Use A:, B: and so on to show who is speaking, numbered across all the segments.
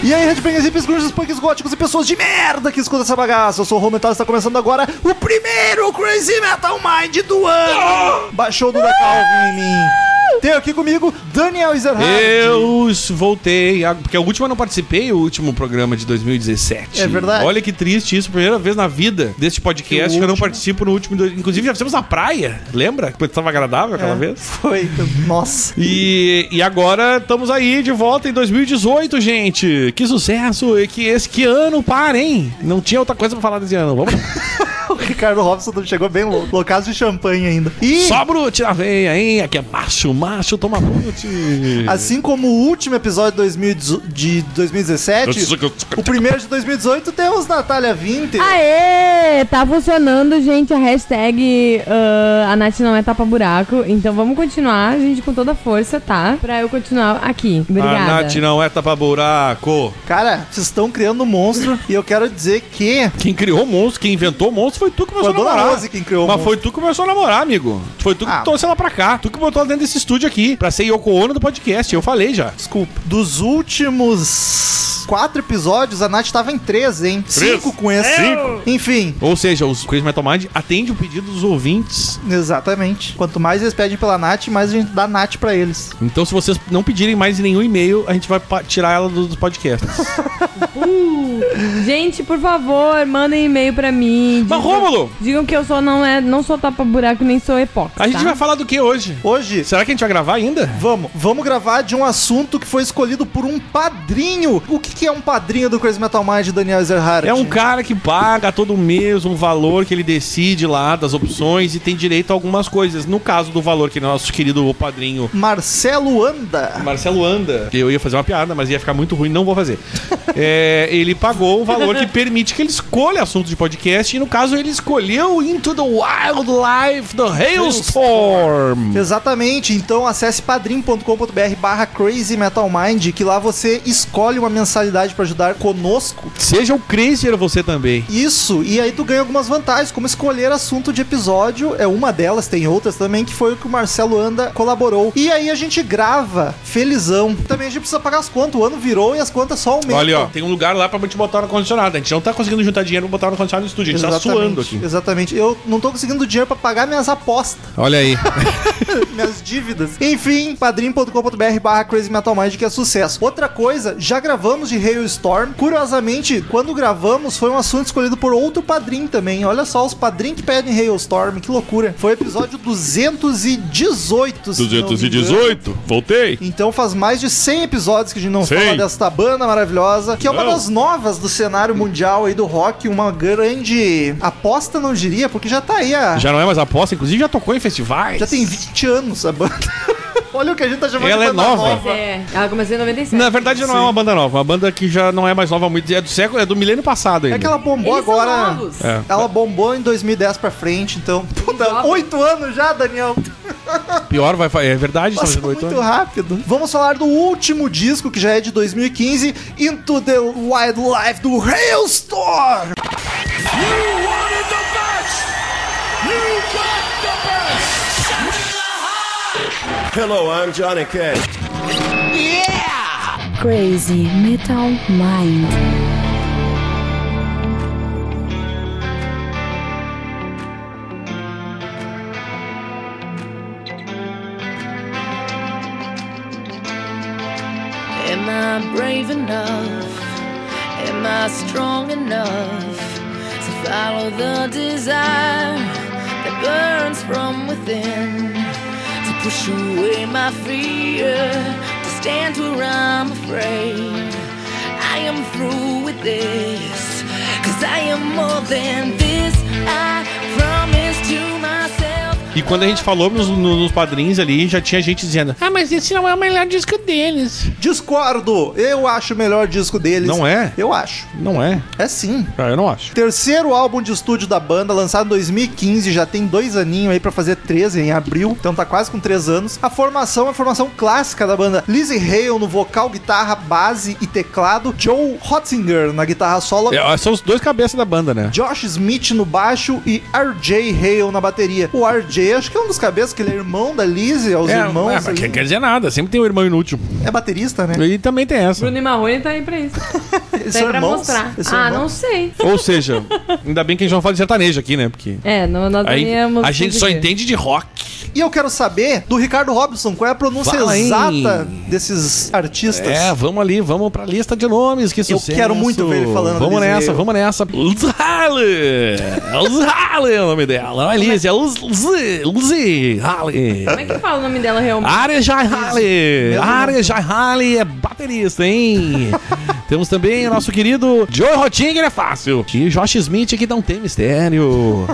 A: E aí, Redbangers, hippies, grunges, punks, góticos e pessoas de merda que escutam essa bagaça. Eu sou o Rô Metal e está começando agora o primeiro Crazy Metal Mind do ano. Baixou do da Calvin em mim. Tenho aqui comigo Daniel Ezerhard.
B: Eu voltei, a- porque a última eu não participei, o último programa de 2017.
A: É verdade.
B: Olha que triste isso, primeira vez na vida deste podcast que, eu não participo no último. do- Inclusive já fizemos na praia, lembra? Quando estava agradável aquela vez.
A: É, Foi, nossa.
B: E, e agora estamos aí de volta em 2018, gente. Que sucesso! E que esse que ano parem. Não tinha outra coisa pra falar desse ano. Vamos. lá.
A: O Ricardo Robson chegou bem louco, loucaço de champanhe ainda. E...
B: Só brute na veia, hein? Aqui é macho, macho, toma brute.
A: Assim como o último episódio de 2018 de 2017,
B: Ah,
A: o primeiro de 2018 temos Natália Vinter.
C: Aê! Tá funcionando, gente, a hashtag ah, a Nath não é tapa buraco. Então vamos continuar, gente, com toda a força, tá? Pra eu continuar aqui. Obrigada.
B: A Nath não é tapa buraco.
A: Cara, vocês estão criando um monstro e eu quero dizer que
B: Quem criou o monstro, quem inventou o monstro, foi tu que começou
A: foi a
B: a
A: Dona
B: namorar.
A: Rose quem criou um o
B: Mas
A: monstro.
B: foi tu que começou a namorar, amigo. Foi tu que
A: Ah.
B: trouxe ela pra cá. Tu que botou ela dentro desse estúdio aqui, pra ser Yoko Ono do podcast. Eu falei já.
A: Desculpa. Dos últimos quatro episódios, a Nath tava em três, hein?
B: Três? É,
A: Cinco com esse.
B: Cinco.
A: Enfim.
B: Ou seja, os Crazy Metal Mind atende o pedido dos ouvintes.
A: Exatamente. Quanto mais eles pedem pela Nath, mais a gente dá Nath pra eles.
B: Então, se vocês não pedirem mais nenhum e-mail, a gente vai pa- tirar ela do- dos podcasts.
C: Gente, por favor, mandem e-mail pra mim.
B: Mas, Rômulo,
C: Digam que eu sou não é, não sou tapa buraco nem sou hipócrita. tá?
B: a gente vai falar do que hoje?
A: Hoje,
B: Será que a gente vai gravar ainda?
A: Vamos, vamos gravar de um assunto que foi escolhido por um padrinho. O que, que é um padrinho do Crazy Metal Mind, Daniel Ezerhard?
B: É um cara que paga todo mês um valor que ele decide lá das opções e tem direito a algumas coisas. No caso do valor que nosso querido padrinho
A: Marcelo Anda.
B: Marcelo anda. Eu ia fazer uma piada, mas ia ficar muito ruim, não vou fazer. É, ele pagou um valor que permite que ele escolha assuntos de podcast, e no caso ele escolheu Into the Wildlife do Hailstorm.
A: Exatamente, então acesse padrim.com.br barra Crazy Metal Mind, que lá você escolhe uma mensalidade pra ajudar conosco.
B: Seja o Crazier você também.
A: Isso, e aí tu ganha algumas vantagens, como escolher assunto de episódio, é uma delas, tem outras também, que foi o que o Marcelo Anda colaborou. E aí a gente grava, felizão. Também a gente precisa pagar as contas, o ano virou e as contas só aumentam.
B: Olha, ó, tem um lugar lá pra gente botar no condicionado. A gente não tá conseguindo juntar dinheiro pra botar no condicionado no estúdio. A gente tá suando aqui.
A: Exatamente. Eu não tô conseguindo dinheiro pra pagar minhas apostas,
B: Olha aí.
A: minhas dívidas. Enfim, padrim.com.br barra Crazy Metal Mind que é sucesso. Outra coisa, já gravamos de Hailstorm. Curiosamente, quando gravamos, foi um assunto escolhido por outro padrim também. Olha só, os padrim que pedem Hailstorm, que loucura. Foi o episódio 218. se não me engano.
B: Voltei.
A: Então faz mais de 100 episódios que a gente não
B: Cem.
A: fala desta banda maravilhosa, que é uma
B: Não.
A: das novas do cenário mundial aí do rock, uma grande aposta, não diria, porque já tá aí a... Já,
B: Já não é mais aposta, inclusive já tocou em festivais.
A: tem 20 anos a banda. Olha o que a gente tá chamando
B: Ela
A: de
B: é
A: banda
B: nova.
C: Pois é, ela começou em 97.
B: Na verdade, não é uma banda nova, uma banda que já não é mais nova há muito. É do século, é do milênio passado ainda.
A: É que ela bombou
C: Eles são
A: agora...
C: novos.
B: É.
A: Ela bombou em 2010 pra frente, então... Puta,
C: Jovem.
A: 8 anos já, Daniel!
B: Pior, vai, fa- é verdade, são
A: Passa
B: 18
A: muito
B: anos.
A: rápido. Vamos falar do último disco, que já é de 2015, Into the Wildlife, do Hailstorm!
D: Hello, I'm Johnny Cash.
E: Crazy Metal Mind.
F: Am I brave enough? Am I strong enough to follow the desire that burns from within? To push away my fear, to stand where I'm afraid. I am through with this, cause I am more than this. I promise to myself.
B: E quando a gente falou nos, no- nos padrinhos ali, já tinha gente dizendo: Ah, mas esse não é o melhor disco deles.
A: Discordo! Eu acho o melhor disco deles.
B: Não é?
A: Eu acho.
B: Não é.
A: É sim.
B: Ah, eu não acho.
A: Terceiro álbum de estúdio da banda, lançado em 2015, já tem dois aninhos aí pra fazer 13 em abril, então tá quase com três anos. A formação é a formação clássica da banda. Lizzie Hale no vocal, guitarra, base e teclado. Joe Hotzinger na guitarra solo.
B: É, são os dois cabeças da banda, né?
A: Josh Smith no baixo e RJ Hale na bateria. O RJ é acho que é um dos cabeças, que ele é irmão da Lizzie, aos
B: É,
A: irmãos.
B: é, mas
A: aí.
B: quem quer dizer nada, sempre tem o irmão inútil.
A: É baterista, né?
B: E também tem essa.
C: Bruno e Marrone tá aí pra isso. Tá
A: Eles
C: aí
A: são
C: pra
A: irmãos?
C: mostrar.
A: Eles são
C: Ah,
A: irmãos?
C: não sei.
B: Ou seja, ainda bem que a gente não fala de sertanejo aqui, né? Porque
C: É, não, nós
B: aí,
C: íamos
B: a gente só
C: dividir.
B: entende de rock.
A: E eu quero saber do Ricardo Robson, qual é a pronúncia
B: Fala, hein?
A: exata desses artistas?
B: É, vamos ali, vamos pra lista de nomes, que sucesso.
A: quero muito ver ele falando
B: Vamos
A: da Lizzie
B: nessa,
A: Hale.
B: vamos nessa. Luz Halle! Luz Halle é o nome dela. Não é Liz, é Luz, Luz, Luz Halle.
C: Como é que fala o nome dela
B: Ah.
C: realmente?
B: Arejai Halle!
A: Mesmo
B: Arejai Halle é baterista, hein? Temos também o nosso querido Joey Rotinger, é fácil. E Josh Smith que não tem mistério.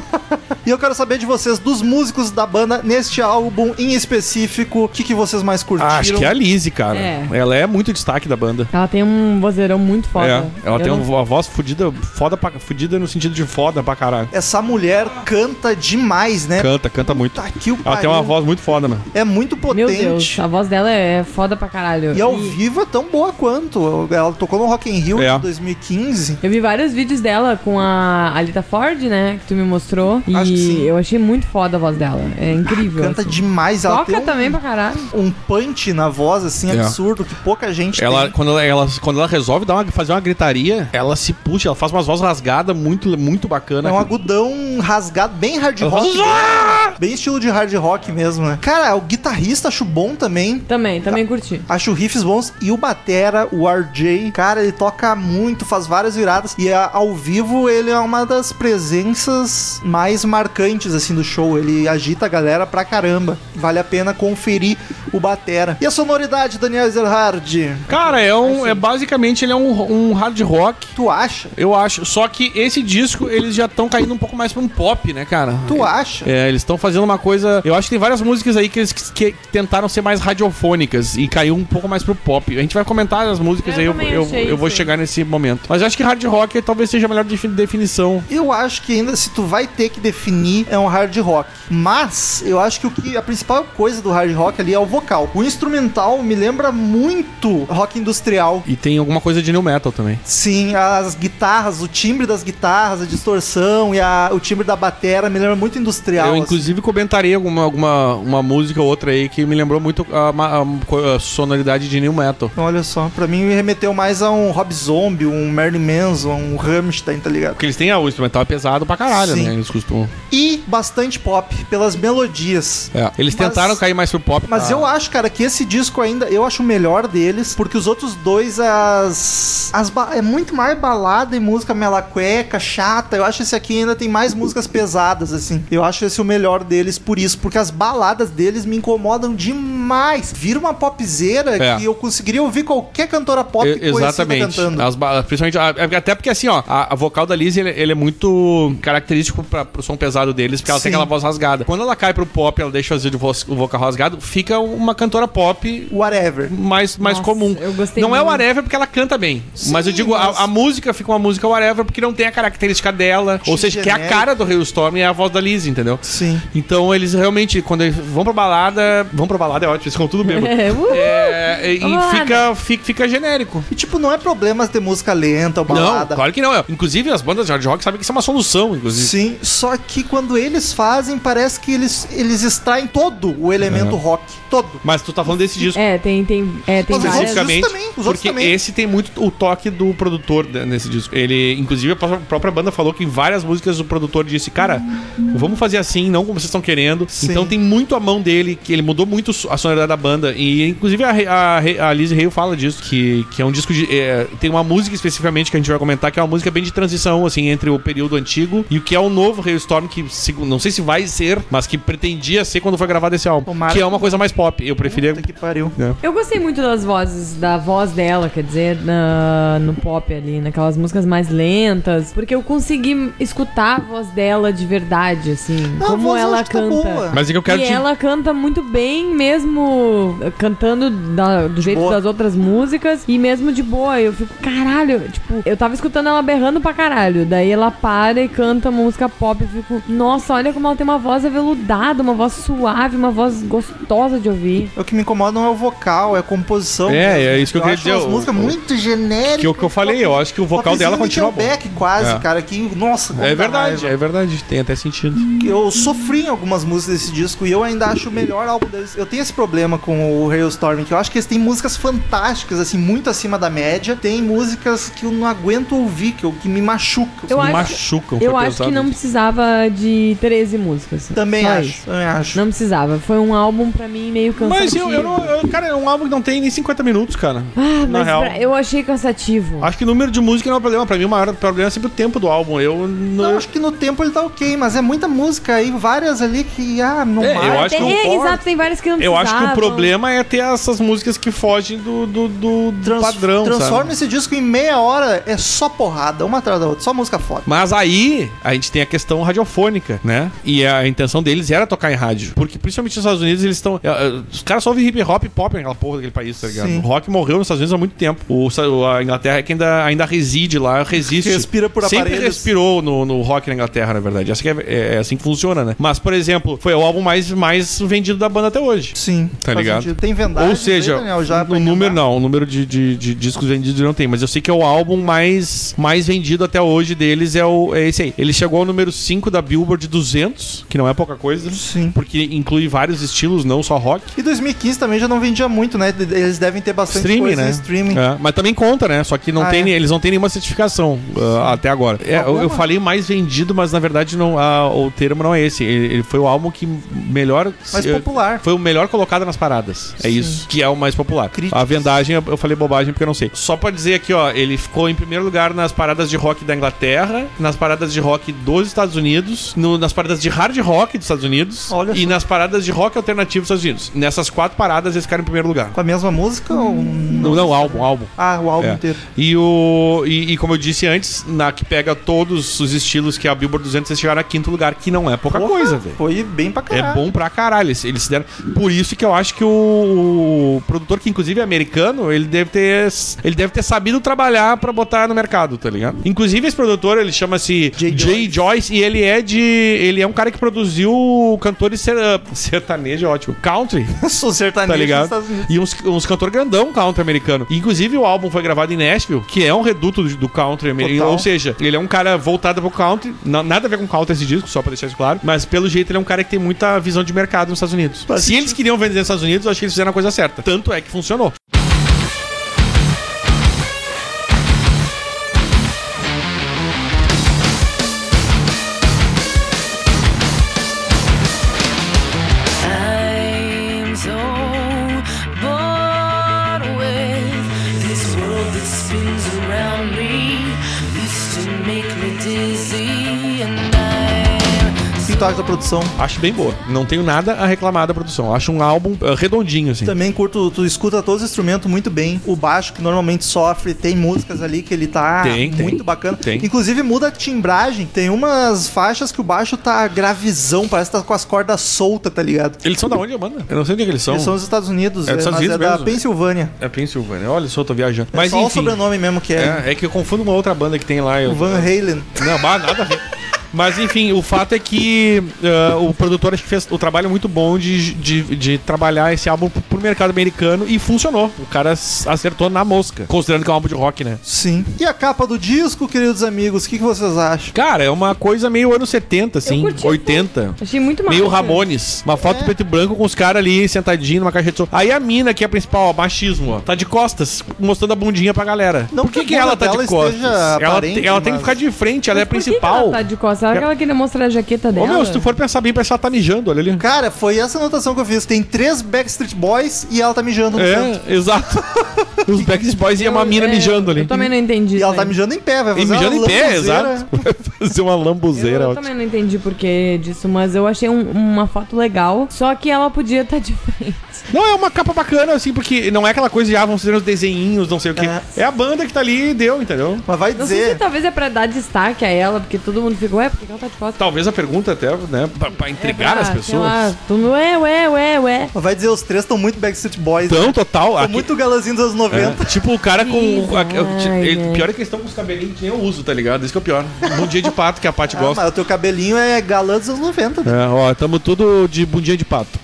A: E eu quero saber de vocês, dos músicos da banda, neste álbum em específico, o que, que vocês mais curtiram?
B: Acho que é a Lizzie, cara.
C: É.
B: Ela é muito destaque da banda.
C: Ela tem um vozeirão muito foda.
B: É, ela
C: Eu
B: tem
C: não-
B: uma voz fudida, foda pra, fudida no sentido de foda pra caralho.
A: Essa mulher canta demais, né?
B: Canta, canta muito.
A: Puta que o
B: Ela tem
A: pariu.
B: uma voz muito foda, mano.
A: É muito
C: Meu
A: potente.
C: Deus, a voz dela é foda pra caralho.
A: E ao vivo é tão boa quanto. Ela tocou no Rock in Rio
B: É.
A: de 2015.
C: Eu vi vários vídeos dela com a Alita Ford, né? Que tu me mostrou. E
A: Acho que sim. Ah,
C: eu achei muito foda a voz dela. É incrível.
A: Canta
C: assim.
A: demais. Ela
C: Toca
A: tem um,
C: também pra caralho.
A: um punch na voz, assim,
B: É.
A: absurdo, que pouca gente
B: Ela
A: tem. É
B: quando, ela, ela- quando ela resolve dar uma, fazer uma gritaria, ela se puxa, ela faz umas vozes rasgadas muito, muito bacana.
A: É um agudão rasgado, bem hard
B: Ela
A: rock.
B: faz-
A: mesmo. Bem estilo de hard rock mesmo, né? Cara, o guitarrista acho bom também.
C: Também, também curti.
A: Acho riffs bons. E o Batera, o RJ, cara, ele toca muito, faz várias viradas. E a- ao vivo ele é uma das presenças mais marcantes, assim, do show. Ele agita a galera pra caramba. Vale a pena conferir o Batera. E a sonoridade, Daniel Ezerhard?
B: Cara, é um. É basicamente ele é um, um hard rock.
A: Tu acha?
B: Eu acho, só que esse disco eles já estão caindo um pouco mais pra um pop, né, cara?
A: Tu acha?
B: É, eles estão fazendo uma coisa. Eu acho que tem várias músicas aí que eles que, que tentaram ser mais radiofônicas e caiu um pouco mais pro pop. A gente vai comentar as músicas
C: Eu
B: aí, eu,
C: também
B: eu,
C: achei
B: eu vou
C: isso.
B: chegar nesse momento. Mas eu acho que hard rock talvez seja a melhor defini- definição.
A: Eu acho que ainda se tu vai ter que definir é um hard rock. Mas eu acho que, o que a principal coisa do hard rock ali é o vocal. O instrumental me lembra muito rock industrial.
B: E tem alguma coisa de new metal também.
A: Sim, as guitarras, o timbre das guitarras, a distorção e a- o timbre da batera me lembra muito industrial.
B: Eu,
A: assim.
B: inclusive, comentarei alguma, alguma uma música ou outra aí que me lembrou muito a, ma- a co- a sonoridade de new metal.
A: Olha só, pra mim me remeteu mais a um Rob Zombie, um Marilyn Manson, um Rammstein, tá ligado?
B: Porque eles têm ah, o instrumental pesado pra caralho,
A: Sim.
B: né? Eles costumam.
A: E bastante pop, pelas melodias.
B: É. Eles
A: Mas-
B: tentaram cair mais pro pop. tá?
A: Mas eu acho, cara, que esse disco ainda eu acho o melhor deles, porque os outros dois as, as ba- é muito mais balada e música melacueca, chata. Eu acho esse aqui ainda tem mais músicas pesadas assim. Eu acho esse o melhor deles por isso, porque as baladas deles me incomodam demais. Vira uma popzeira
B: É.
A: que eu conseguiria ouvir qualquer cantora pop
B: E-
A: conhecida
B: Exatamente.
A: tá cantando.
B: As ba- principalmente, a- até porque assim, ó, a, a vocal da Liz ele, ele é muito característico para pro som pesado deles, porque ela tem
A: Sim.
B: aquela voz rasgada. Quando ela cai pro pop, ela deixa fazer o vo- o vocal rasgado, fica uma cantora pop
A: Whatever.
B: mais, mais
C: Nossa,
B: comum.
C: eu gostei
B: não é
C: muito.
B: whatever porque ela canta bem. mas eu digo, a-
A: mas-
B: a, música fica uma música whatever porque não tem a característica dela. Ou seja, que é a
A: Genérico.
B: cara do Hailstorm é a voz da Liz, entendeu?
A: Sim.
B: Então eles realmente, quando eles vão pra balada. Vão pra balada é ótimo, eles ficam tudo bêbado.
C: É, uh,
B: É, e
C: Vamos lá,
B: fica, fica, fica genérico.
A: E tipo, não é problema ter música lenta ou
B: Não,
A: balada.
B: claro que não. É, Inclusive, as bandas de hard rock sabem que isso é uma solução, inclusive.
A: Sim, só que quando eles fazem, parece que eles, eles extraem todo o elemento
B: É.
A: rock. Todo.
B: Mas tu tá falando desse disco
C: é, tem, tem, é, tem
A: Mas os
C: várias.
A: outros
B: especificamente.
A: também, os outros
B: porque
A: também.
B: esse tem muito o toque do produtor né, nesse disco. Ele, inclusive, a pró- própria banda falou que em várias músicas o produtor disse: Cara, vamos fazer assim, não como vocês estão querendo.
A: Sim.
B: Então tem muito a mão dele, que ele mudou muito so- a sonoridade da banda. E inclusive a, Re- a, Re- a Lizzie Hale fala disso, que, que é um disco de. é, tem uma música especificamente que a gente vai comentar, que é uma música bem de transição, assim, entre o período antigo e o que é o novo Hailstorm, que segu- não sei se vai ser, mas que pretendia ser quando foi gravado esse álbum.
A: Tomara
B: Que é
A: que-
B: uma coisa mais pop. Eu preferia.
A: Puta que pariu.
C: Eu gostei muito das vozes, da voz dela, quer dizer, na- no pop ali, naquelas músicas mais lentas, porque eu consegui escutar a voz dela de verdade, assim,
A: Ah, a
C: como
A: voz eu
C: ela
A: acho que tá
C: canta.
A: boa.
B: Mas é que eu quero
C: e
B: te-
C: ela canta muito bem, mesmo eh, cantando da- do jeito
A: boa.
C: das outras músicas e mesmo de boa. Eu fico, caralho, tipo, eu tava escutando ela berrando pra caralho. Daí ela para e canta uma música pop. Eu fico, nossa, olha como ela tem uma voz aveludada, uma voz suave, uma voz gostosa de ouvir. ouvir.
A: O que me incomoda não é o vocal, é a composição.
B: É, é isso que eu queria
A: acho
B: dizer,
A: As
B: o-
A: músicas
B: o-
A: muito genéricas.
B: Que é o que eu falei, eu acho que o vocal dela continua bom.
A: back quase,
B: É.
A: cara. Que, nossa, como
B: É
A: dá
B: verdade,
A: raiva.
B: é verdade. Tem até sentido.
A: Eu sofri em algumas músicas desse disco e eu ainda acho o melhor álbum deles. Eu tenho esse problema com o Hailstorm, que eu acho que eles têm músicas fantásticas, assim, muito acima da média. Tem músicas que eu não aguento ouvir, que, eu, que me machucam.
C: Eu acho-
B: Machucam.
C: Eu
B: foi
C: acho
B: pesado.
C: que não precisava de 13 músicas.
A: Também
C: Só
A: acho,
C: isso.
A: também acho.
C: Não precisava. Foi um álbum pra mim meio
B: Mas
C: cansativo.
B: eu, eu não. eu- cara, é um álbum que não tem nem 50 minutos, cara.
C: Ah,
B: Na
C: mas
B: real. Ah,
C: pra- eu achei cansativo.
B: Acho que o número de música não é um problema. Pra mim, o maior problema é sempre o tempo do álbum. Eu não.
A: Não, eu acho que no tempo ele tá ok, mas é muita música aí, várias ali que, ah, não
B: É, eu
A: marca.
B: acho que
C: Tem-
B: eu
C: é,
B: concordo.
C: exato, tem várias que não
B: eu acho que o
C: precisavam.
B: problema é ter essas músicas que fogem do, do, do- do
A: Trans-
B: padrão.
A: Transforma
B: sabe?
A: esse disco em meia hora, é só porrada, uma atrás da outra, só música foda.
B: Mas aí a gente tem a questão radiofônica, né? E a intenção deles era tocar em rádio. Porque principalmente nos Estados Unidos eles estão. eh, eh, Os caras só ouvem hip hop e pop naquela porra daquele país, tá ligado?
A: Sim.
B: O rock morreu nos Estados Unidos há muito tempo. O, sa- o- a Inglaterra é que ainda, ainda reside lá, resiste.
A: Respira por
B: Sempre
A: aparelhos.
B: respirou no, no rock na Inglaterra, na verdade. Essa que é, é- é assim que funciona, né? Mas, por exemplo, foi o álbum mais, mais vendido da banda até hoje.
A: Sim,
B: Tá
A: faz
B: ligado?
A: sentido. Tem né, vendagem.
B: Ou seja, o número não, o número de, de- de discos vendidos não tem, mas eu sei que é o álbum mais, mais vendido até hoje deles é, o, é esse aí. Ele chegou ao número 5 da Billboard 200, que não é pouca coisa,
A: Sim.
B: porque inclui vários estilos, não só rock.
A: E 2015 também já não vendia muito, né? Eles devem ter bastante
B: Streaming,
A: coisa em
B: né?
A: streaming.
B: É, mas também conta, né? Só que não
A: Ah,
B: tem,
A: é.
B: ni- eles não têm nenhuma certificação ah, até agora. É, eu, eu falei mais vendido, mas na verdade não, ah, o termo não é esse. Ele, ele foi o álbum que melhor.
A: Mas
B: se- eh,
A: popular.
B: Foi o melhor colocado nas paradas. É isso. Que é o mais popular.
A: Críticas.
B: A vendagem, eu eu falei bobagem porque eu não sei. Só pra dizer aqui, ó, ele ficou em primeiro lugar nas paradas de rock da Inglaterra, nas paradas de rock dos Estados Unidos, no- nas paradas de hard rock dos Estados Unidos
A: Olha
B: e
A: só.
B: nas paradas de rock alternativo dos Estados Unidos. Nessas quatro paradas eles ficaram em primeiro lugar.
A: Com a mesma música ou.
B: Hum, Não, não, álbum, álbum.
A: Ah, o álbum
B: É.
A: inteiro.
B: E, o, e, e como eu disse antes, na que pega todos os estilos que é a Billboard 200, eles chegaram a quinto lugar, que não é pouca
A: Porra,
B: coisa, velho.
A: Foi bem pra
B: É
A: caralho.
B: bom pra caralho. Eles, eles se deram. Por isso que eu acho que o, o produtor, que inclusive é americano, ele deve ter. Ele deve ter sabido trabalhar pra botar no mercado, tá ligado? Inclusive, esse produtor, ele chama-se
A: Jay
B: Jay, Joyce e ele é de. Ele é um cara que produziu cantores ser, sertanejo, é ótimo. Country
A: Sou sertanejo
B: tá
A: nos
B: ligado?
A: Estados Unidos.
B: E uns, uns cantor grandão country americano. Inclusive, o álbum foi gravado em Nashville, que é um reduto do, do country americano.
A: Total.
B: Ou seja, ele é um cara voltado pro country. na- nada a ver com country esse disco, só pra deixar isso claro. Mas, pelo jeito, ele é um cara que tem muita visão de mercado nos Estados Unidos.
A: Faz
B: Se eles queriam vender nos Estados Unidos, eu acho que eles fizeram a coisa certa. Tanto é que funcionou.
F: I'm so bored with this world that spins around me. Used to make me dizzy, and I'm
A: O que tu acha da produção?
B: Acho bem boa. Não tenho nada a reclamar da produção. Acho um álbum eh, redondinho, assim.
A: Também curto, tu escuta todos os instrumentos muito bem. O baixo, que normalmente sofre, tem músicas ali que ele tá
B: Tem, tem.
A: muito bacana.
B: Tem.
A: Inclusive muda a timbragem. Tem umas faixas que o baixo tá gravizão, parece que tá com as cordas soltas, tá ligado?
B: Eles são da onde, Amanda? Eu não sei onde é que eles são.
A: Eles são dos Estados Unidos,
B: É
A: é,
B: dos Estados
A: mas
B: Unidos
A: é
B: mesmo?
A: da Pensilvânia.
B: É Pensilvânia. Olha só, eu tô viajando.
A: É
B: Mas
A: só o
B: enfim.
A: sobrenome mesmo que é.
B: É, é que eu confundo uma outra banda que tem lá. Eu...
A: Van Halen.
B: Não, mas nada a ver. Mas enfim, o fato é que ah, o produtor acho que fez o trabalho muito bom de, de, de trabalhar esse álbum pro pro mercado americano e funcionou. O cara s- acertou na mosca, considerando que é um álbum de rock, né?
A: Sim. E a capa do disco, queridos amigos, o que, que vocês acham?
B: Cara, é uma coisa meio anos 70, assim,
C: curti,
B: 80.
C: Achei muito mal. assim.
B: Meio Ramones. Uma foto preto e branco com os caras ali sentadinho numa caixa de som. Aí a mina, que é a principal, ó, machismo, ó, tá de costas, mostrando a bundinha pra galera.
A: Não
B: Por que,
A: que a
B: que ela
A: bunda
B: tá de
A: dela
B: costas?
A: esteja
B: Ela, te-
A: aparente,
B: ela tem que
A: mas-
B: ficar de frente, ela é a
C: Por que
B: principal.
C: que ela tá de costas? Será que ela queria mostrar a jaqueta
B: Ô
C: dela?
B: meu, se tu for pensar bem, parece que ela tá mijando, olha ali.
A: Cara, foi essa anotação que eu fiz. Tem três Backstreet Boys e ela tá mijando no centro.
B: É, exato. Os Backstreet Boys e uma mina
C: é,
B: mijando ali.
C: Eu também não entendi.
A: E ela
C: isso
A: tá
C: aí.
A: mijando em pé, vai
B: E
A: fazer
B: mijando em
A: uma
B: pé,
A: lambuzeira.
B: exato. Vai fazer uma
C: Eu,
B: lambuzeira.
C: eu
B: ótimo.
C: também não entendi porquê disso, mas eu achei um- uma foto legal. Só que ela podia estar de frente.
B: Não, é uma capa bacana, assim, porque não é aquela coisa de, ah, vão fazer uns desenhinhos, não sei o quê.
A: É.
B: É a banda que tá ali e deu, entendeu?
A: Mas vai
C: Não sei se
A: dizer.
C: talvez é pra dar destaque a ela, porque todo mundo fica, ué, por que que ela tá de costas?
B: Talvez a pergunta até, né, pra, pra intrigar
C: Ah,
B: as
C: sei
B: pessoas.
C: lá, tu não é, ué, ué, ué.
A: mas Vai dizer, os três estão muito Backstreet Boys. Estão
B: Então, total. aqui-
A: muito galãzinhos dos anos
B: é,
A: 90.
B: tipo, o cara com.
C: Sim,
B: a- a-
C: ai,
B: ele-
C: ai.
B: pior é que eles estão com os cabelinhos que nem eu uso, tá ligado? Isso que é o pior. Bom dia de pato que a Paty
A: Ah,
B: gosta.
A: mas o teu cabelinho é galã dos anos 90. né?
B: É, ó, tamo tudo de bundinha de pato.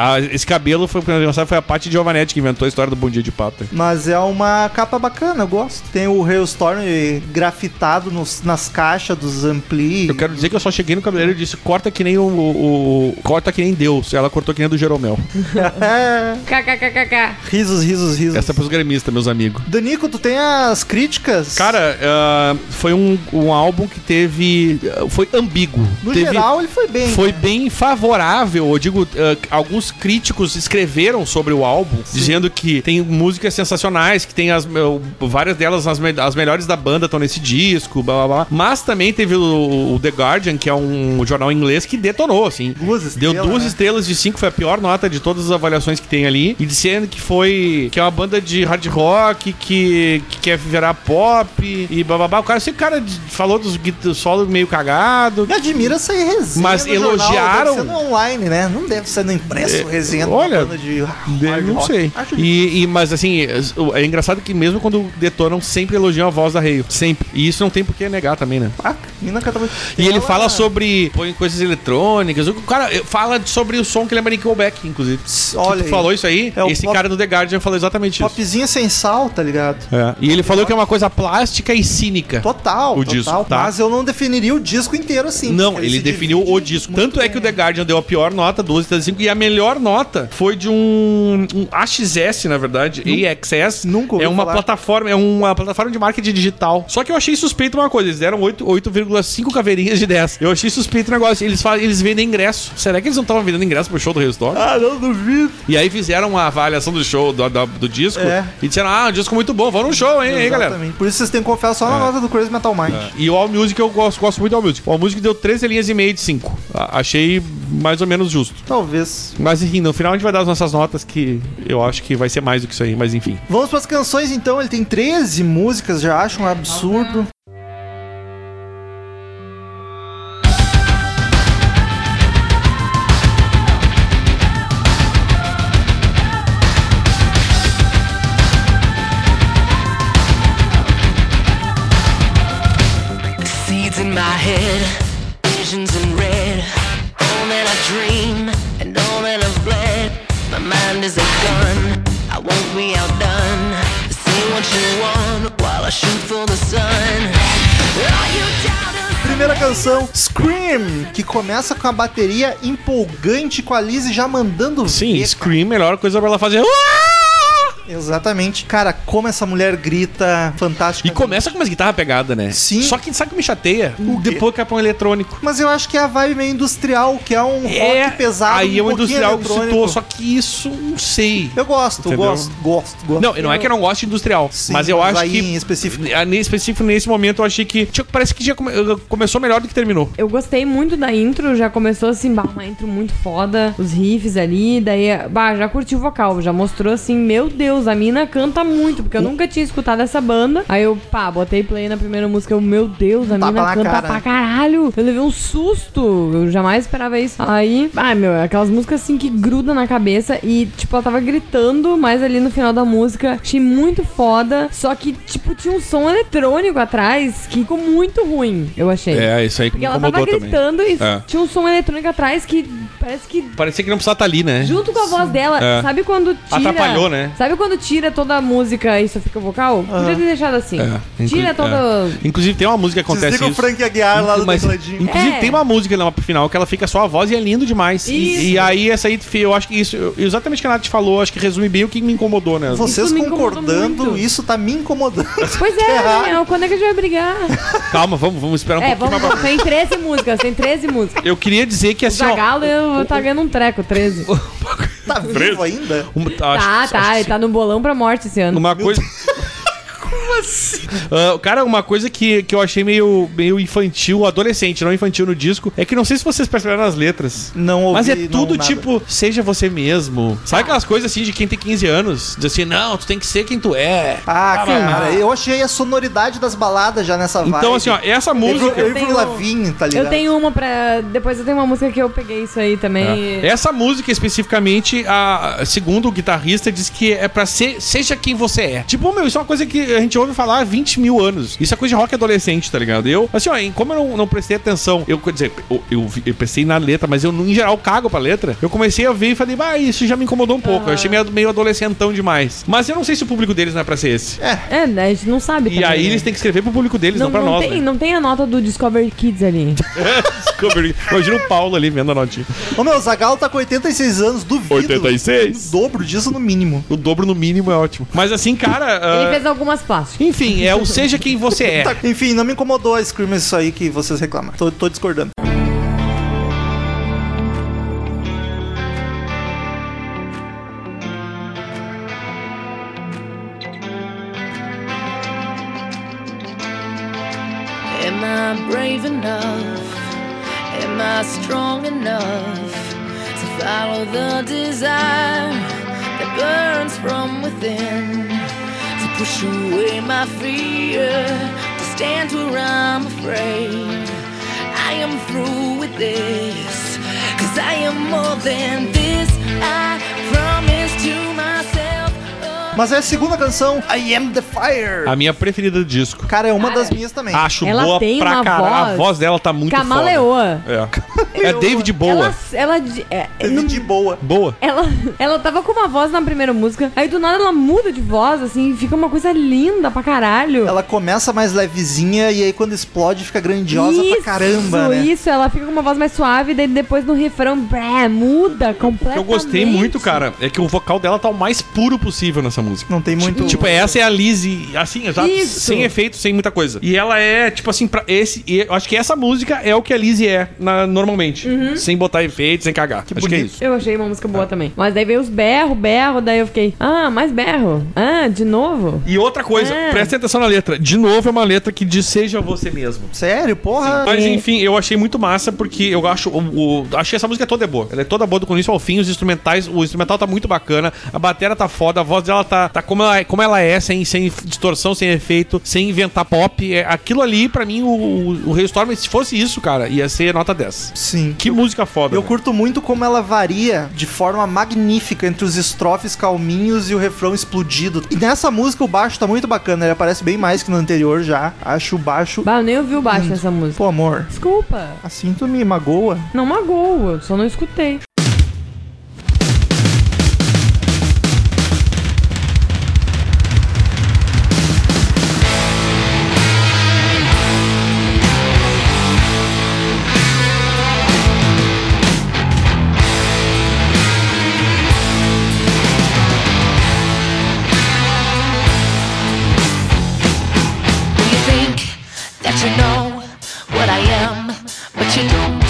B: Ah, esse cabelo foi, quando eu lançava, foi a parte de Giovanetti que inventou a história do Bom Dia de Pato.
A: Mas é uma capa bacana, eu gosto. Tem o Hailstorm grafitado nos- nas caixas dos Ampli.
B: Eu quero dizer que eu só cheguei no cabeleireiro e disse: corta que nem o, o- o- Corta que nem Deus. Ela cortou que nem a do Jeromel.
A: É.
C: KKKKK.
A: Risos, risos, risos.
B: Essa é pros gremistas, meus amigos.
A: Danico, tu tem as críticas?
B: Cara, ah, foi um, um álbum que teve. ah, Foi ambíguo.
A: no
B: Teve-
A: geral ele foi bem.
B: Foi
A: né?
B: bem favorável, eu digo, ah, alguns críticos escreveram sobre o álbum, dizendo que tem músicas sensacionais, que tem as meu, várias delas, as, me- as melhores da banda estão nesse disco, blá blá blá. Mas também teve o, o The Guardian, que é um jornal inglês que detonou, assim.
A: Duas estrelas,
B: Deu duas
A: né?
B: estrelas de cinco, foi a pior nota de todas as avaliações que tem ali. E dizendo que foi. que é uma banda de hard rock, que, que quer virar pop e bababá. O cara, esse cara de- falou dos guit- do solo meio cagado.
A: Me admira essa resenha.
B: Mas
A: no jornal,
B: elogiaram- É,
A: Deve ser no online, né? Não deve ser no impresso, resenha. de uma
B: olha,
A: banda de
B: Eu
A: hard
B: não
A: rock.
B: sei.
A: Acho
B: E, e- mas assim, é, é engraçado que mesmo quando detonam, sempre elogiam a voz da Rei. Sempre. E isso não tem por que negar também, né?
A: Ah, mina canta muito.
B: E ele
A: Ela-
B: fala sobre. põe coisas eletrônicas. O cara eh, fala sobre o som que lembra Nickelback, inclusive.
A: Olha
B: Tu
A: aí.
B: falou isso aí?
A: É o
B: Esse
A: pop-
B: cara do The Guardian falou exatamente isso.
A: Popzinha sem sal, tá ligado?
B: É. E ele falou que é uma coisa plástica e cínica.
A: Total,
B: O
A: total.
B: disco, tá.
A: Mas eu não definiria o disco inteiro assim.
B: Não,
A: porque
B: ele
A: se
B: definiu
A: divide
B: o disco.
A: muito
B: Tanto é
A: bem. né?
B: que o The Guardian deu a pior nota, 12,35, e a melhor nota foi de um, um AXS, na verdade, AXS.
A: nunca ouvi
B: É uma
A: falar.
B: plataforma, é uma plataforma de marketing digital. Só que eu achei suspeito uma coisa, eles deram oito- 8,5 caveirinhas de 10. Eu achei suspeito o negócio, eles, fa- eles vendem ingresso. Será que eles não estavam vendendo ingresso pro show do Restore?
A: Ah, não duvido.
B: E aí fizeram uma avaliação do show, do, da- do disco,
A: É.
B: e disseram, ah, um disco muito bom, vamos no show, hein, hein galera. É.
A: Por isso vocês têm que confiar só na nota do Crazy Metal Mind.
B: E o All Music eu gosto, gosto muito do All Music. O All Music deu 13 linhas e meia de 5. Achei mais ou menos justo.
A: Talvez.
B: Mas enfim, no final a gente vai dar as nossas notas, que eu acho que vai ser mais do que isso aí, mas enfim.
A: Vamos pras canções então. Ele tem 13 músicas, já acho um absurdo.
F: Seeds in my head, visions in red. All that I dream and all that I've bled. My mind is a gun, I won't be outdone. Say what you want while I shoot for the sun. Are you doubters?
A: Primeira canção, Scream, que começa com a bateria empolgante com a Lizzie já mandando
B: Sim,
A: ver,
B: Scream, melhor coisa pra ela fazer. "Uá!"
A: cara. Exatamente. Cara, como essa mulher grita fantástica.
B: E começa com umas guitarras pegadas, né?
A: Sim.
B: Só que sabe o que me chateia? Depois que é pra um eletrônico.
A: Mas eu acho que é a vibe meio industrial, que é um rock pesado.
B: aí
A: um
B: é o
A: pouquinho
B: industrial que
A: eletrônico.
B: citou, só que isso não sei.
A: Eu gosto,
B: Entendeu?
A: gosto, gosto, gosto.
B: Não, não é que eu não gosto de industrial,
A: Sim,
B: mas eu acho
A: aí
B: que.
A: em específico.
B: Ah, Em específico, nesse momento, eu achei que. tinha- Parece que já come- começou melhor do que terminou.
C: Eu gostei muito da intro, já começou assim, bah, uma intro muito foda, os riffs ali, daí, bah, já curti o vocal, já mostrou assim, meu Deus, a mina canta muito, porque eu nunca tinha escutado essa banda. Aí eu, pá, botei play na primeira música, eu, meu Deus, a
A: Tapa
C: mina
A: na
C: canta
A: cara, né?
C: pra caralho. Eu levei um susto, eu jamais esperava isso. Aí, ai meu, aquelas músicas assim que grudam na cabeça e, tipo, ela tava gritando, mas ali no final da música, achei muito foda, só que, tipo, tinha um som eletrônico atrás que ficou muito ruim, eu achei.
B: É, isso aí
C: Porque ela tava gritando e
B: É.
C: tinha um som eletrônico atrás que parece que
B: Parecia que não precisava estar ali, né?
C: junto com a voz dela,
B: É.
C: sabe quando tira.
B: Atrapalhou, né?
C: Sabe quando tira toda a música e só fica o vocal? Podia ter deixado assim.
B: Ah. É,
C: Tira
B: inclu-
C: toda.
B: é. Inclusive, tem uma música que acontece
A: Desliga o
B: isso.
A: Frank Aguiar lá do
B: Mas,
A: tecladinho.
B: inclusive,
C: É.
B: tem uma música lá pro final que ela fica só a voz e é lindo demais. E,
C: Isso.
B: e aí, essa aí, eu acho que isso, eu- exatamente o que a Nath falou, acho que resume bem o que me incomodou, né?
A: Vocês
C: Isso me incomodou
A: concordando,
C: muito.
A: isso tá me incomodando.
C: Pois é, Daniel, quando é que a gente vai brigar?
B: Calma, vamos, vamos esperar um
C: é,
B: pouquinho mais.
C: vamos lá. Tem 13 músicas, tem 13 músicas.
B: Eu queria dizer que
C: O
B: assim, ó.
C: Zagalo eu tá ganhando um treco, 13.
A: Tá vivo ainda?
B: uma- acho-
C: Tá,
B: acho
C: tá,
B: que
C: ele tá no bolão pra morte esse ano.
B: Uma coisa. Ah, cara, uma coisa que, que eu achei meio, meio infantil, adolescente, não infantil no disco, é que não sei se vocês perceberam nas letras.
A: Não ouvi,
B: Mas é
A: não,
B: tudo
A: nada.
B: tipo, seja você mesmo. Sabe aquelas coisas assim de quem tem 15 anos? Diz assim, não, tu tem que ser quem tu é.
A: Ah, cara,
B: ah.
A: eu achei a sonoridade das baladas já nessa vibe.
B: Então, assim, ó, essa
A: Música.
B: música.
A: Eu,
C: tenho-
A: Lavigne, tá ligado?
C: Eu tenho uma pra. Depois eu tenho uma música que eu peguei isso aí também.
B: É. Essa música especificamente, a, segundo o guitarrista, diz que é pra ser seja quem você é. Tipo, meu, isso é uma coisa que a gente gente ouve falar há 20 mil anos. Isso é coisa de rock adolescente, tá ligado? Eu, assim, ó, em- como eu não, não prestei atenção, eu, quer dizer, eu, eu, vi- eu pensei na letra, mas eu, em geral, cago pra letra. Eu comecei a ver e falei, bah, isso já me incomodou um pouco. Eu achei meio, meio adolescentão demais. Mas eu não sei se o público deles não é pra ser esse.
C: É, né, a gente não sabe. né?
B: E aí eles têm que escrever pro público deles, não,
C: não,
B: pra
C: não,
B: nós.
C: tem,
B: né?
C: não tem a nota do Discover Kids ali.
B: Discovery. Imagina o Paulo ali vendo a notinha.
A: Ô meu, o Zagal tá com 86 anos, duvido.
B: 86?
A: O dobro disso no mínimo.
B: O dobro no mínimo é ótimo. Mas assim, cara. ah,
C: Ele fez algumas plásticas.
B: Enfim, é o seja quem você é.
A: Tá, enfim, não me incomodou a Scream isso aí que vocês reclamam. Tô, tô discordando.
F: Am I brave enough? Am I strong enough to follow the desire that burns from within? To push away my fear, to stand where I'm afraid. I am through with this, cause I am more than this. I promise to myself. oh,
A: Mas é a segunda canção, I Am The Fire.
B: A minha preferida do disco.
A: Cara, é uma das minhas também.
B: Acho
C: Ela
B: boa
C: tem
B: pra
C: uma
B: caralho. A
C: voz
B: voz dela tá muito
C: Camaleoa.
B: foda. É. É David Boa.
C: Ela, ela, de- é, é, não-
A: De boa.
B: Boa.
C: ela, ela tava com uma voz na primeira música, aí do nada ela muda de voz, assim, fica uma coisa linda pra caralho.
A: Ela começa mais levezinha e aí quando explode fica
B: é
A: grandiosa pra caramba, né?
C: Isso, ela fica com uma voz mais suave, daí depois no refrão, bré, muda
B: O que
C: completamente.
B: eu gostei muito, cara, é que o vocal dela tá o mais puro possível nessa música.
A: Não tem muito.
B: Tipo, essa é a Lizzy, assim, exato,
C: Isso.
B: sem efeito, sem muita coisa. E ela é, tipo assim, pra esse. e eu acho que essa música é o que a Lizzy é na- normalmente.
C: Uhum.
B: Sem botar efeito, sem cagar. acho que é
A: bonito.
B: isso.
C: Eu achei uma música boa
B: É.
C: também. Mas daí veio os berro, berro, daí eu fiquei, ah, mais berro. Ah, de novo?
B: E outra coisa,
C: É.
B: presta atenção na letra. De novo, é uma letra que diz seja você mesmo.
A: Sério, porra.
B: Mas enfim, eu achei muito massa porque eu acho. O, o- achei essa música toda é boa. Ela é toda boa do começo ao fim. Os instrumentais, o instrumental tá muito bacana, a bateria tá foda, a voz dela tá, tá como, ela, é- como ela é, sem, sem distorção, sem efeito, sem inventar pop. É, aquilo ali, pra mim, o, o, o Hailstorm, se fosse isso, cara, ia ser nota 10.
A: Sim.
B: Que música foda.
A: Eu
B: né?
A: curto muito como ela varia de forma magnífica entre os estrofes calminhos e o refrão explodido. E nessa música o baixo tá muito bacana, ele aparece bem mais que no anterior já. Acho o baixo.
C: Bah, eu nem ouvi o baixo dessa música.
A: Pô, amor,
C: Desculpa,
A: assim tu me magoa.
C: não magoa, eu só não escutei.
F: Do you think that you know what I am, but you don't?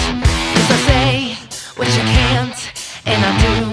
F: Cause I say what you can't, and I do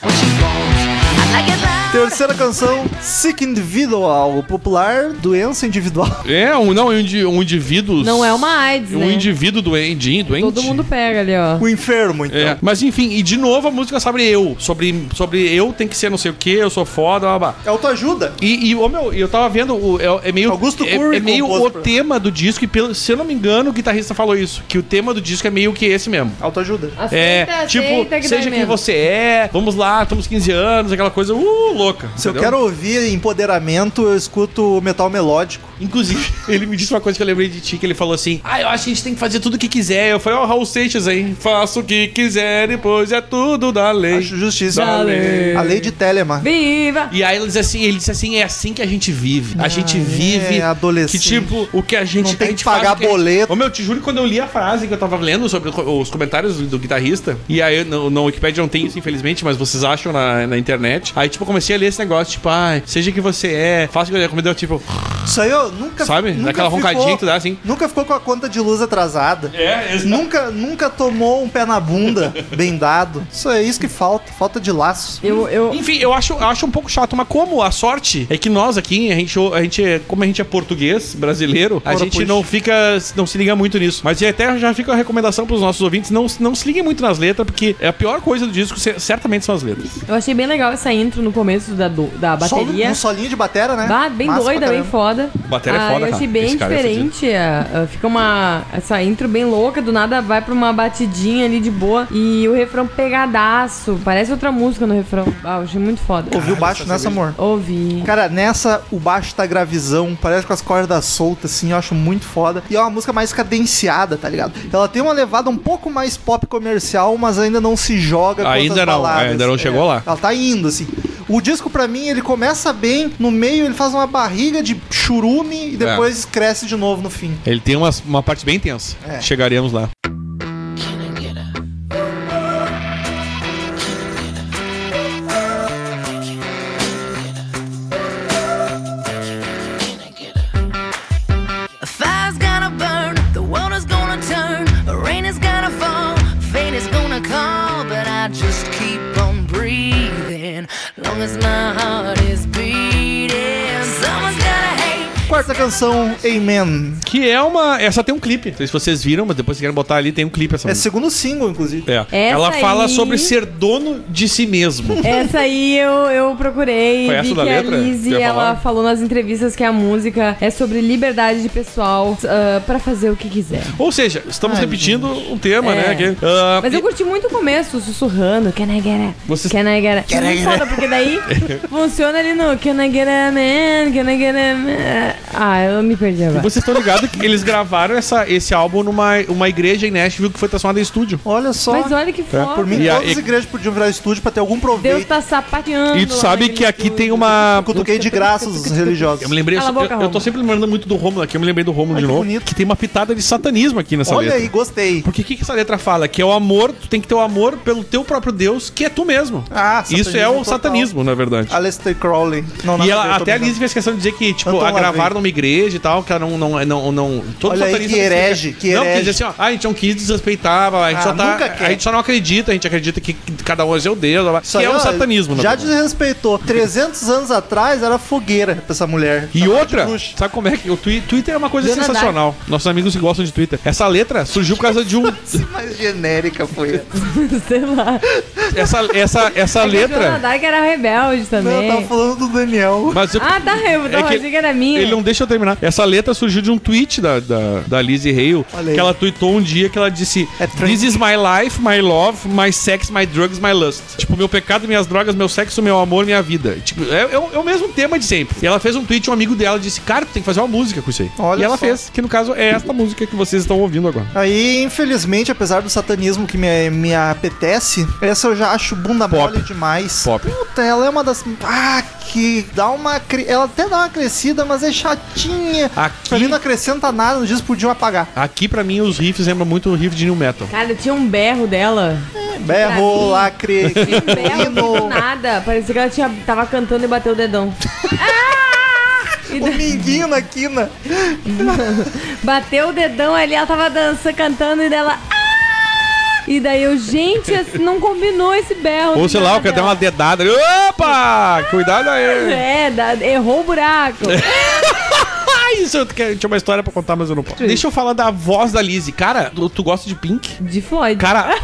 F: what you won't. I like it loud.
A: Terceira canção, Sick Individual, o popular doença individual.
B: É, um, não, um, indi- um indivíduo.
C: Não é uma AIDS,
B: Um
C: né?
B: indivíduo doente, doente.
C: Todo mundo pega ali, ó.
A: O enfermo, então.
B: É, mas enfim, e de novo a música sobre eu. Sobre, sobre eu tem que ser não sei o que, eu sou foda, blá, blá, blá.
A: É autoajuda.
B: E, e ô, meu, eu tava vendo, o- é, é meio,
A: Augusto
B: é,
A: Curry
B: é meio
A: compôs
B: o
A: pra-
B: tema do disco, e pelo- se eu não me engano, o guitarrista falou isso, que o tema do disco é meio que esse mesmo.
A: Autoajuda.
B: É,
C: Aceita,
B: tipo,
C: aceita que
B: seja
C: dói
B: quem
C: menos.
B: você é, vamos lá, estamos 15 anos, aquela coisa, uh, louca.
A: Se eu
B: entendeu?
A: quero ouvir empoderamento, eu escuto metal melódico.
B: Inclusive, ele me disse uma coisa que eu lembrei de ti, que ele falou assim, ah, eu acho que a gente tem que fazer tudo o que quiser. Eu falei, ó, Raul Seixas aí, faça o que quiser, depois é tudo da lei.
A: Acho justiça.
B: Da lei.
A: A lei de Telema.
C: Viva!
B: E aí ele disse assim, ele disse assim, é assim que a gente vive. A gente vive
A: Ah, é, adolescente.
B: que tipo o que a gente
A: Não tem
B: a gente
A: que pagar
B: faz o a gente-
A: boleto.
B: Ô meu, te juro que quando eu li a frase que eu tava lendo sobre co- os comentários do, do guitarrista e aí eu- no, no Wikipedia não tem isso infelizmente, mas vocês acham na, na internet. Aí tipo eu comecei a ler esse negócio tipo, ai, seja que você é, faça o que eu como deu tipo,
A: Isso aí eu nunca
B: Sabe?
A: nunca
B: Daquela
A: ficou-
B: roncadinha que tu dá, assim.
A: Nunca ficou com a conta de luz atrasada.
B: é,
A: Nunca, nunca tomou um pé na bunda bem dado. Isso é isso que falta. Falta de laço.
C: Eu, eu,
B: Enfim, eu acho, eu acho um pouco chato, mas como a sorte é que nós aqui, a gente, a gente é- como a gente é português, brasileiro, a
A: Ora,
B: gente
A: pois.
B: não fica, não se liga muito nisso. Mas e até já fica a recomendação pros nossos ouvintes, não, não se liguem muito nas letras, porque é a pior coisa do disco, cer- certamente são as letras.
C: eu achei bem legal essa intro no começo da, do- da
A: Só no-
C: bateria.
A: no solinho de batera, né?
C: Bah, bem
A: Massa pra
C: doida, bem
A: caramba.
C: foda.
B: matéria
C: Ah,
B: é foda,
C: eu achei
B: cara.
C: bem
B: Esse cara é fudido.
C: diferente. é, é, fica uma. Essa intro bem louca, do nada vai pra uma batidinha ali de boa. E o refrão pegadaço. Parece outra música no refrão. Ah, eu achei muito foda.
A: Ouviu baixo nessa, amor?
C: Ouvi.
A: Cara, nessa o baixo tá gravizão, parece com as cordas soltas, assim, eu acho muito foda. E é uma música mais cadenciada, tá ligado? Ela tem uma levada um pouco mais pop comercial, mas ainda não se joga com
B: Ainda
A: outras
B: não,
A: baladas.
B: ainda não chegou lá.
A: Ela tá indo, assim. O disco, pra mim, ele começa bem, no meio ele faz uma barriga de churume e
B: É.
A: depois cresce de novo no fim.
B: Ele tem uma, uma parte bem tensa.
A: É.
B: Chegaremos lá.
F: A fire's gonna burn, the world is gonna turn, the rain is gonna fall, fate is gonna call, but I just keep on breathing, long as my heart is beating. Someone's gonna hate,
A: Quarta canção, Amen.
B: Que é uma. Essa tem um clipe. Não sei se vocês viram, mas depois se querem botar ali, tem um clipe essa
A: É
B: música.
A: segundo single, inclusive.
B: É.
C: Essa
B: Ela fala
C: aí-
B: sobre ser dono de si mesmo.
C: Essa aí eu, eu procurei.
B: Foi essa
C: vi
B: da
C: que
B: letra
C: a
B: que
C: Lizzie,
B: eu ia
C: ela
B: falar?
C: falou nas entrevistas que a música é sobre liberdade de pessoal ah, pra fazer o que quiser.
B: Ou seja, estamos repetindo um tema,
C: É.
B: né? que- Ah,
C: Mas eu curti muito o começo, sussurrando. Can I get a...
B: Vocês-
C: Can I get a... Can I Foda, porque daí funciona ali no... Can I get a man? Can I get a man? Ah, eu me perdi agora.
B: Vocês estão ligados que eles gravaram essa, esse álbum numa uma igreja em Nashville que foi transformada em estúdio.
A: Olha só. É.
C: Mas olha que foda.
A: Por mim,
B: E a-
A: todas as igrejas podiam virar estúdio pra ter algum
C: Deus
A: proveito.
C: tá sapateando.
B: E tu
C: lá
B: sabe
C: naquele
B: que aqui
C: estúdio.
B: tem uma.
A: Cutuquei de graça os
B: Eu
A: religiosos.
B: me lembrei.
C: Cala a
B: eu-
C: boca,
B: eu, tô
C: Rômulo.
B: sempre lembrando muito do Romulo aqui. Eu me lembrei do Romulo
A: Ai,
B: de
A: que
B: novo.
A: bonito.
B: Que tem uma pitada de satanismo aqui nessa
A: Olha
B: letra.
A: aí, gostei.
B: Porque o que, que essa letra fala? Que é o amor, tu tem que ter o amor pelo teu próprio Deus, que é tu mesmo.
A: Ah,
B: Isso é
A: satanismo
B: o
A: total.
B: satanismo, na verdade.
A: Aleister Crowley. Não, nada
B: E
A: a ver,
B: ela,
A: tô
B: até a
A: brincando.
B: Liz fez questão de dizer que, tipo,
A: Antônio
B: a gravaram
A: Lavey.
B: numa igreja e tal, que ela não. não, não, não todo
A: Olha aí,
B: satanista
A: que
B: tem
A: herege,
B: dizer-
A: que
B: Não, porque
A: herege.
B: diz assim, ó, ah, a gente não quis desrespeitar, blá, blá, a gente
A: Ah,
B: só tá.
A: nunca quer.
B: A gente só não acredita, a gente acredita que cada um é seu Deus, blá, blá,
A: Isso
B: que
A: aí,
B: é o
A: ó,
B: satanismo, né?
A: Já desrespeitou. 300 anos atrás era fogueira pra essa mulher. Tá
B: E
A: Chamava de
B: outra,
A: bruxa.
B: sabe como é que. O twi- Twitter é uma coisa
C: Leonardo.
B: sensacional. Nossos amigos que gostam de Twitter. Essa letra surgiu por causa de um.
A: mais genérica foi.
C: Sei lá.
B: Essa, essa, essa
C: É que O Jonah
B: letra.
C: Dark era rebelde
A: Não,
C: também.
A: Né? eu
B: Né?
A: tava falando do Daniel.
B: Mas eu,
C: Ah, tá. Eu
B: É
C: tava
B: que
C: achando que era minha.
B: Ele não deixa eu terminar. Essa letra surgiu de um tweet da, da, da Lizzie Hale,
A: Olha aí.
B: que ela tweetou um dia que ela disse:
A: É trend.
B: This is my life, my love, my sex, my drugs, my lust. Tipo, meu pecado, minhas drogas, meu sexo, meu amor, minha vida. Tipo, é, é o- é o mesmo tema de sempre. E ela fez um tweet, um amigo dela disse: Cara, tu tem que fazer uma música com isso aí.
A: Olha
B: e ela
A: só.
B: fez, que no caso é esta música que vocês estão ouvindo agora.
A: Aí, infelizmente, apesar do satanismo que me, me apetece, essa eu já acho bunda
B: Pop.
A: mole demais.
B: Pop.
A: Puta, ela é uma das. Ah, que dá uma. cre- Ela até dá uma crescida, mas é chatinha.
B: Aqui-
A: Pra mim não acrescenta nada, no disco podiam apagar.
B: Aqui, pra mim, os riffs lembram muito o riff de New Metal.
C: Cara, tinha um berro dela.
A: Berro,
C: mim-
A: lacre,
C: Tinha um berro do
A: hino.
C: nada. Parecia que ela tinha, tava cantando e bateu o dedão. Ah! E
A: O né?
C: da-
A: minguinho na quina.
C: Bateu o dedão ali, ela tava dançando, cantando e dela. "Ah!" E daí eu, gente, esse- não combinou esse berro.
B: Ou sei lá, eu quero dar uma dedada. Opa! Cuidado aí!
C: É, dá- errou o buraco.
B: Ah, isso eu quero- tinha uma história pra contar, mas eu não posso.
C: Sim.
B: Deixa eu falar da voz da Lizzie. Cara, tu, tu gosta de Pink?
C: De Floyd.
B: Cara,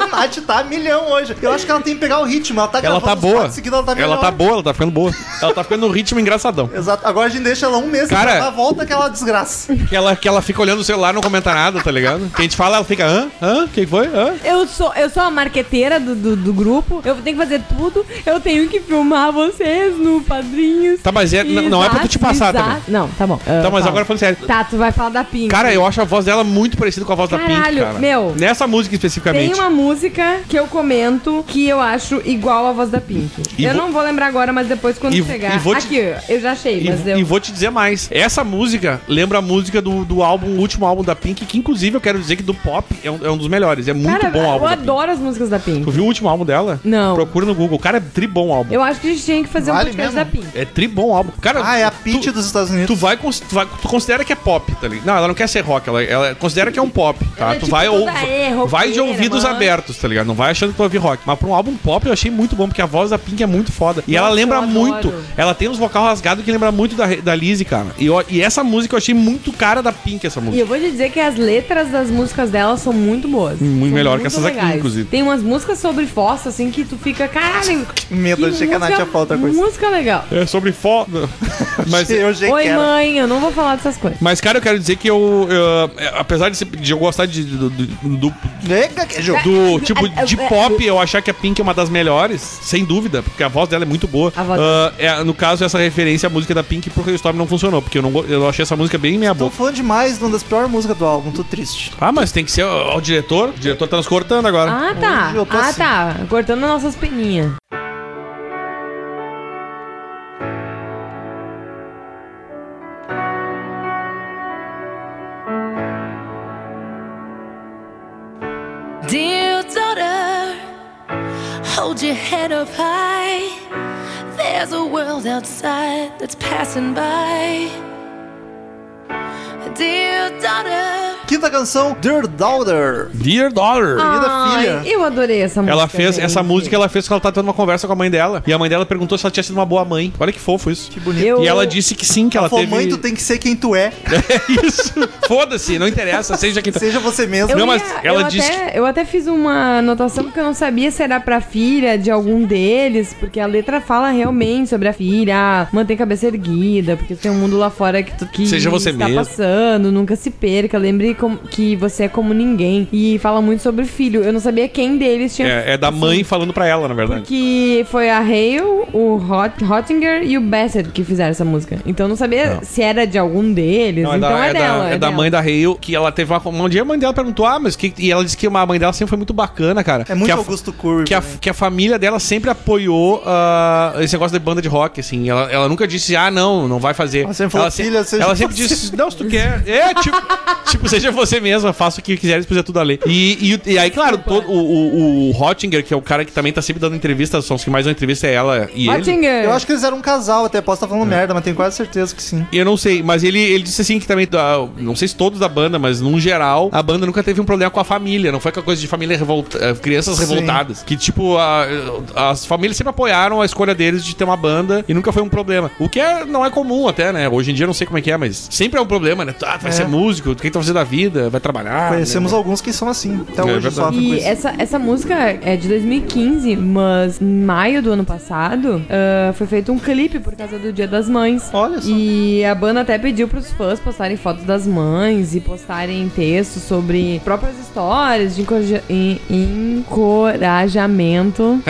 A: A Nath tá a milhão hoje. Eu acho que ela tem que pegar o ritmo. Ela tá
B: ela
A: gravando
B: tá
A: os
B: boa.
A: quatro seguidos, ela tá
B: Ela
A: melhor.
B: tá boa, ela tá ficando boa. Ela tá ficando num ritmo engraçadão.
A: Exato. Agora a gente deixa ela um mês
B: Cara-
A: pra dar a volta aquela desgraça.
B: Que ela, que ela fica olhando o celular, não comenta nada, tá ligado? Que a gente fala, ela fica, hã? Hã? O que foi? Hã?
C: Eu sou, eu sou a marqueteira do, do, do grupo, eu tenho que fazer tudo, eu tenho que filmar vocês no Padrinhos.
B: Tá, mas é- não- não é pra tu te passar
C: exato.
B: também.
C: Não, tá bom. Ah,
B: Tá, mas
C: fala.
B: agora falando sério.
C: Tá, tu vai falar da Pink.
B: Cara, eu acho a voz dela muito parecida com a voz da Pink,
C: Caralho,
B: cara.
C: meu.
B: Nessa música
C: Tem
B: especificamente.
C: uma música que eu comento que eu acho igual à voz da Pink.
B: E
C: eu
B: vou-
C: não vou lembrar agora, mas depois quando
B: E-
C: chegar.
B: e vou te-
C: Aqui, eu já achei, mas
B: E,
C: eu.
B: e vou te dizer mais. Essa música lembra a música do, do álbum, o último álbum da Pink, que inclusive eu quero dizer que do pop é um, é um dos melhores. É muito
C: Cara,
B: bom o álbum.
C: eu
B: da Pink.
C: adoro as músicas da Pink.
B: Tu viu o último álbum dela?
C: Não.
B: Procura no Google. Cara, é tribom álbum.
C: Eu acho que a gente tinha que fazer
A: Vale
C: um podcast
A: mesmo?
C: da Pink.
B: É tribom álbum. Cara,
A: Ah, é a
B: tu-
A: Pitty dos Estados Unidos.
B: Tu vai, cons- tu vai- tu considera que é pop, tá ligado? Não, ela não quer ser rock, ela, ela considera que é um pop, tá?
C: Ela é
B: tu
C: tipo
B: vai ou
C: toda é,
B: vai de
C: roqueira,
B: ouvidos
C: mano.
B: abertos. tá ligado? Não vai achando que tu vai ouvir rock. Mas pra um álbum pop eu achei muito bom, porque a voz da Pink é muito foda. E ela
C: Nossa,
B: lembra
C: eu adoro.
B: muito. Ela tem uns vocal rasgado que lembra muito da, da Lizzy, cara. E, eu- e essa música eu achei muito cara da Pink, essa música.
C: E eu vou te dizer que as letras das músicas dela são muito boas.
B: Muito
C: São
B: melhor que essas aqui,
C: legais.
B: inclusive.
C: Tem umas músicas sobre fossa, assim, que tu fica, caralho.
A: Medo, achei que a Nath ia falar outra coisa.
C: Música legal.
B: É sobre foda. Mas
A: eu já
C: Oi,
A: quero.
C: mãe, eu não vou falar dessas coisas.
B: Mas, cara, eu quero dizer que eu. eu- é, apesar de, ser- de eu gostar de, do, do- do-
A: Vem, Caquejo.
C: É,
B: do tipo de pop, eu achar que a Pink é uma das melhores, sem dúvida, porque a voz dela é muito boa.
C: A voz-
B: Ah, é, no caso, essa referência à música da Pink pro Storm não funcionou, porque eu, não, go- eu achei essa música bem meia
A: Tô
B: boca.
A: fã demais de uma das piores músicas do álbum, tô triste.
B: Ah, mas tem que ser o, o diretor. O diretor tá nos cortando agora.
C: Ah, tá.
A: Hoje eu tô
C: Ah,
A: assim.
C: tá. Cortando nossas peninhas.
F: Dear daughter, hold your head up high. There's a world outside that's passing by. Dear daughter,
A: Quinta canção, Dear Daughter.
B: Dear Daughter.
A: Querida filha.
C: eu adorei essa Ah. música.
B: Ela fez
C: gente.
B: essa música, ela fez quando ela tá tendo uma conversa com a mãe dela. E a mãe dela perguntou se ela tinha sido uma boa mãe. Olha que fofo isso.
A: Que bonito.
C: Eu-
B: E ela disse que sim, que ela
A: Pô,
B: teve.
A: mãe, tu tem que ser quem tu é.
B: É isso. Foda-se, não interessa, seja quem tá.
A: Seja você mesmo.
C: Eu
B: Não, mas ela
C: eu
B: disse
C: até, eu até fiz uma anotação porque eu não sabia se era pra filha de algum deles, porque a letra fala realmente sobre a filha, ah, mantém a cabeça erguida, porque tem um mundo lá fora que tu que
B: Seja você
C: está
B: mesmo.
C: passando, nunca se perca, lembre com- que você é como ninguém. E fala muito sobre filho. Eu não sabia quem deles tinha
B: É, é da mãe falando pra ela, na verdade.
C: Que foi a Hale, o Hot, Hottinger e o Bassett que fizeram essa música. Então eu não sabia
B: Não.
C: se era de algum deles.
B: Não, é
C: então
B: da,
C: é,
B: é da-
C: dela.
B: é da
C: dela.
B: mãe da Hale, que ela teve uma. Um dia a mãe dela perguntou: Ah, mas que. E ela disse que a mãe dela sempre foi muito bacana, cara.
A: É muito
B: que a,
A: Augusto Curry.
B: Que a,
A: pra mim.
B: que a família dela sempre apoiou ah, esse negócio de banda de rock, assim. Ela, ela nunca disse, ah, não, não vai fazer.
A: Ela sempre falou,
B: se-
A: "Filha, seja
B: ela sempre
A: você
B: disse, não, se tu quer. É, tipo, tipo, seja você mesma, faça o que quiser, depois é tudo a lei. E, e, e aí, claro, todo, o, o, o Hottinger, que é o cara que também tá sempre dando entrevistas, são os que mais dão entrevista é ela e ele.
C: Hottinger.
A: Eu acho que eles eram um casal, até posso estar falando
B: É.
A: merda, mas tenho quase certeza que sim.
B: Eu não sei, mas ele, ele disse assim que também, da- não sei se todos da banda, mas num geral, a banda nunca teve um problema com a família, não foi aquela coisa de família revolta, eh, crianças
A: Sim.
B: revoltadas. Que tipo, a- as famílias sempre apoiaram a escolha deles de ter uma banda e nunca foi um problema. O que é, não é comum até, né? Hoje em dia eu não sei como é que é, mas sempre é um problema, né? Ah, tu vai
A: É.
B: ser músico, o que tu vai fazer da vida, vai trabalhar.
A: Conhecemos
B: né?
A: alguns que são assim, até
B: É
A: hoje
B: verdade.
A: sofrem com
C: Ah, E
A: isso.
C: essa, essa música é de 2015, mas em maio do ano passado ah, foi feito um clipe por causa do Dia das Mães.
A: Olha só.
C: E a banda até pediu pros fãs postarem fotos das mães e postarem textos sobre próprias histórias de encoraja- en- encorajamento.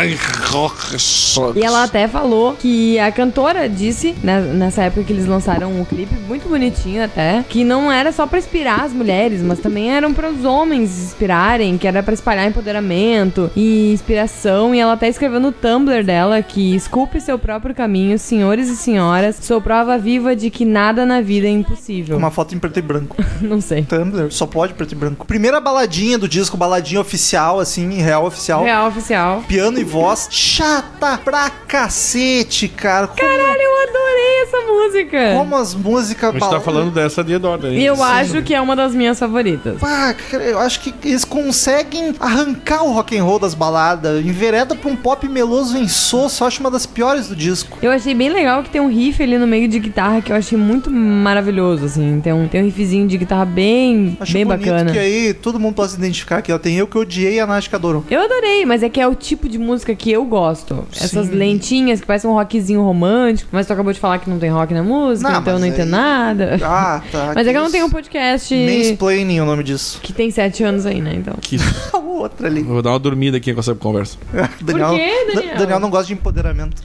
C: E ela até falou que a cantora disse, né, nessa época que eles lançaram o clipe, muito bonitinho até, que não era só pra inspirar as mulheres, mas também eram para os homens se inspirarem, que era pra espalhar empoderamento e inspiração. E ela até escreveu no Tumblr dela que esculpe seu próprio caminho, senhores e senhoras, sou prova viva de que nada na vida é impossível.
A: Uma foto em preto e branco.
C: Não sei.
A: Tumblr, só pode preto e branco. Primeira baladinha do disco, baladinha oficial, assim, real oficial.
C: Real oficial.
A: Piano e voz, chata pra cacete, cara. Como,
C: Caralho, eu adorei essa música.
A: como as músicas.
B: A gente tá
A: bal-
B: falando dessa de Eduardo aí.
C: E eu acho que é uma das minhas favoritas.
A: Pá, cara, eu acho que eles conseguem arrancar o rock and roll das baladas, envereda pra um pop meloso em soço, eu acho uma das piores do disco.
C: Eu achei bem legal que tem um riff ali no meio de guitarra que eu achei muito maravilhoso, assim. Tem um, tem um riffzinho de guitarra bem,
A: Acho
C: bem
A: bonito
C: bacana.
A: que aí todo mundo possa se identificar que ó, tem eu que odiei e a Nath que adorou.
C: Eu adorei, mas é que é o tipo de música que eu gosto. Essas
A: Sim.
C: lentinhas que parecem um rockzinho romântico, mas tu acabou de falar que não tem rock na música,
A: Não,
C: então eu não
A: mas
C: entendo
A: aí-
C: nada.
A: Ah, tá.
C: mas é que eu não
A: isso-
C: tenho um podcast
A: Mansplaining é o nome disso.
C: que tem sete anos aí, né? Então.
B: Que-
A: A outra ali.
B: Eu vou dar uma dormida aqui com essa conversa.
A: Daniel,
C: quê,
A: Da-
C: Daniel?
A: Daniel não gosta de empoderamento.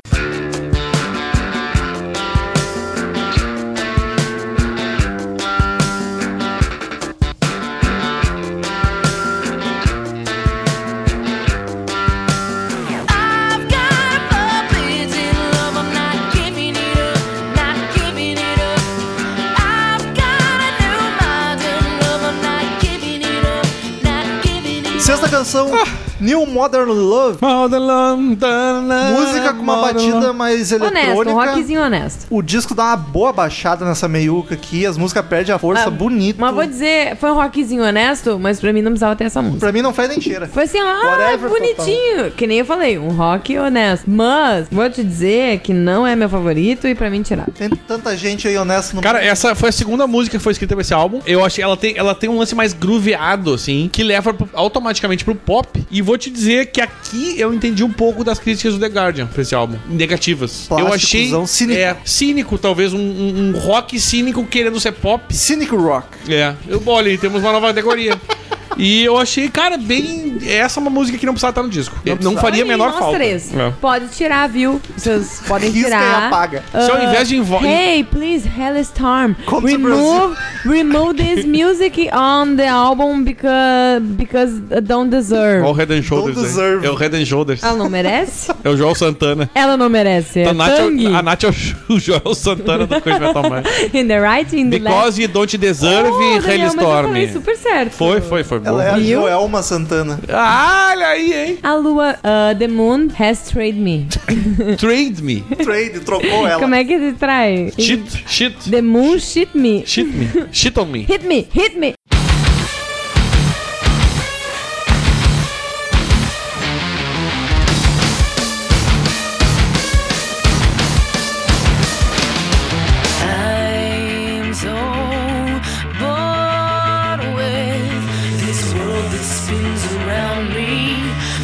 F: I've got puppies in love. I'm not giving it up, not giving it up. I've got a new mind in love. I'm not giving it up, not giving it up.
A: Sexta canção, New Modern Love, música
B: Música
A: com uma batida mais
C: Honesto, um
A: eletrônica.
C: rockzinho honesto.
A: O disco dá uma boa baixada nessa meiuca aqui, as músicas perdem a força,
C: Ah,
A: bonito.
C: Mas vou dizer, foi um rockzinho honesto, mas pra mim não precisava ter essa música.
A: Pra mim não faz nem cheira.
C: Foi assim, ah,
A: Whatever,
C: bonitinho. Que nem eu falei, um rock honesto. Mas, vou te dizer que não é meu favorito e pra mim tirar.
A: Tem tanta gente aí honesta no
B: Cara, essa foi a segunda música que foi escrita pra esse álbum. Eu achei ela tem, ela tem um lance mais grooveado, assim, que leva pro- automaticamente pro pop. E vou te dizer que aqui eu entendi um pouco das críticas do The Guardian pra esse álbum. Negativas. eu achei.
A: Plásticozão, cínico.
B: É, cínico, talvez um, um- um rock cínico querendo ser pop.
A: Cynic Rock.
B: É. Eu, olha, aí, temos uma nova categoria. E eu achei, cara, bem. Essa é uma música que não precisava estar no disco. Não,
A: precisava.
B: faria a
C: Olha aí,
B: menor
C: nós
B: falta.
C: Três.
B: É.
C: Pode tirar, viu? Vocês podem
A: Risca e
C: tirar. Ah,
A: apaga.
B: Se ao invés de invo-
C: Hey, please, Hellstorm,
A: Conta pro
C: remove, remove this music on the album because because I don't deserve.
B: Olha o Head and Shoulders.
A: Don't
B: aí.
A: deserve.
B: É o Head and Shoulders.
C: Ela não merece?
B: É o Joel Santana.
C: Ela não merece. É
B: A Nath, é
C: Tangue.
B: o- a Nath é o Joel Santana do Coisa Metal Mind.
C: In the right, in the left.
B: Because you don't deserve
C: Oh, Daniel, é? mas eu falei
B: Hellstorm.
C: super certo.
B: Foi, foi, foi. bom.
A: Ela é a
C: Viu?
A: Joelma Santana.
B: Ah, olha aí, hein?
C: A lua, uh, the moon has trade me. Hum.
B: Trade me.
A: Trade, trocou ela.
C: Como é que se trai?
B: Shit, shit.
C: The moon shit me.
B: Shit me. Shit on me.
C: Hit me, hit me.
F: I'm so bored with this world that spins around me.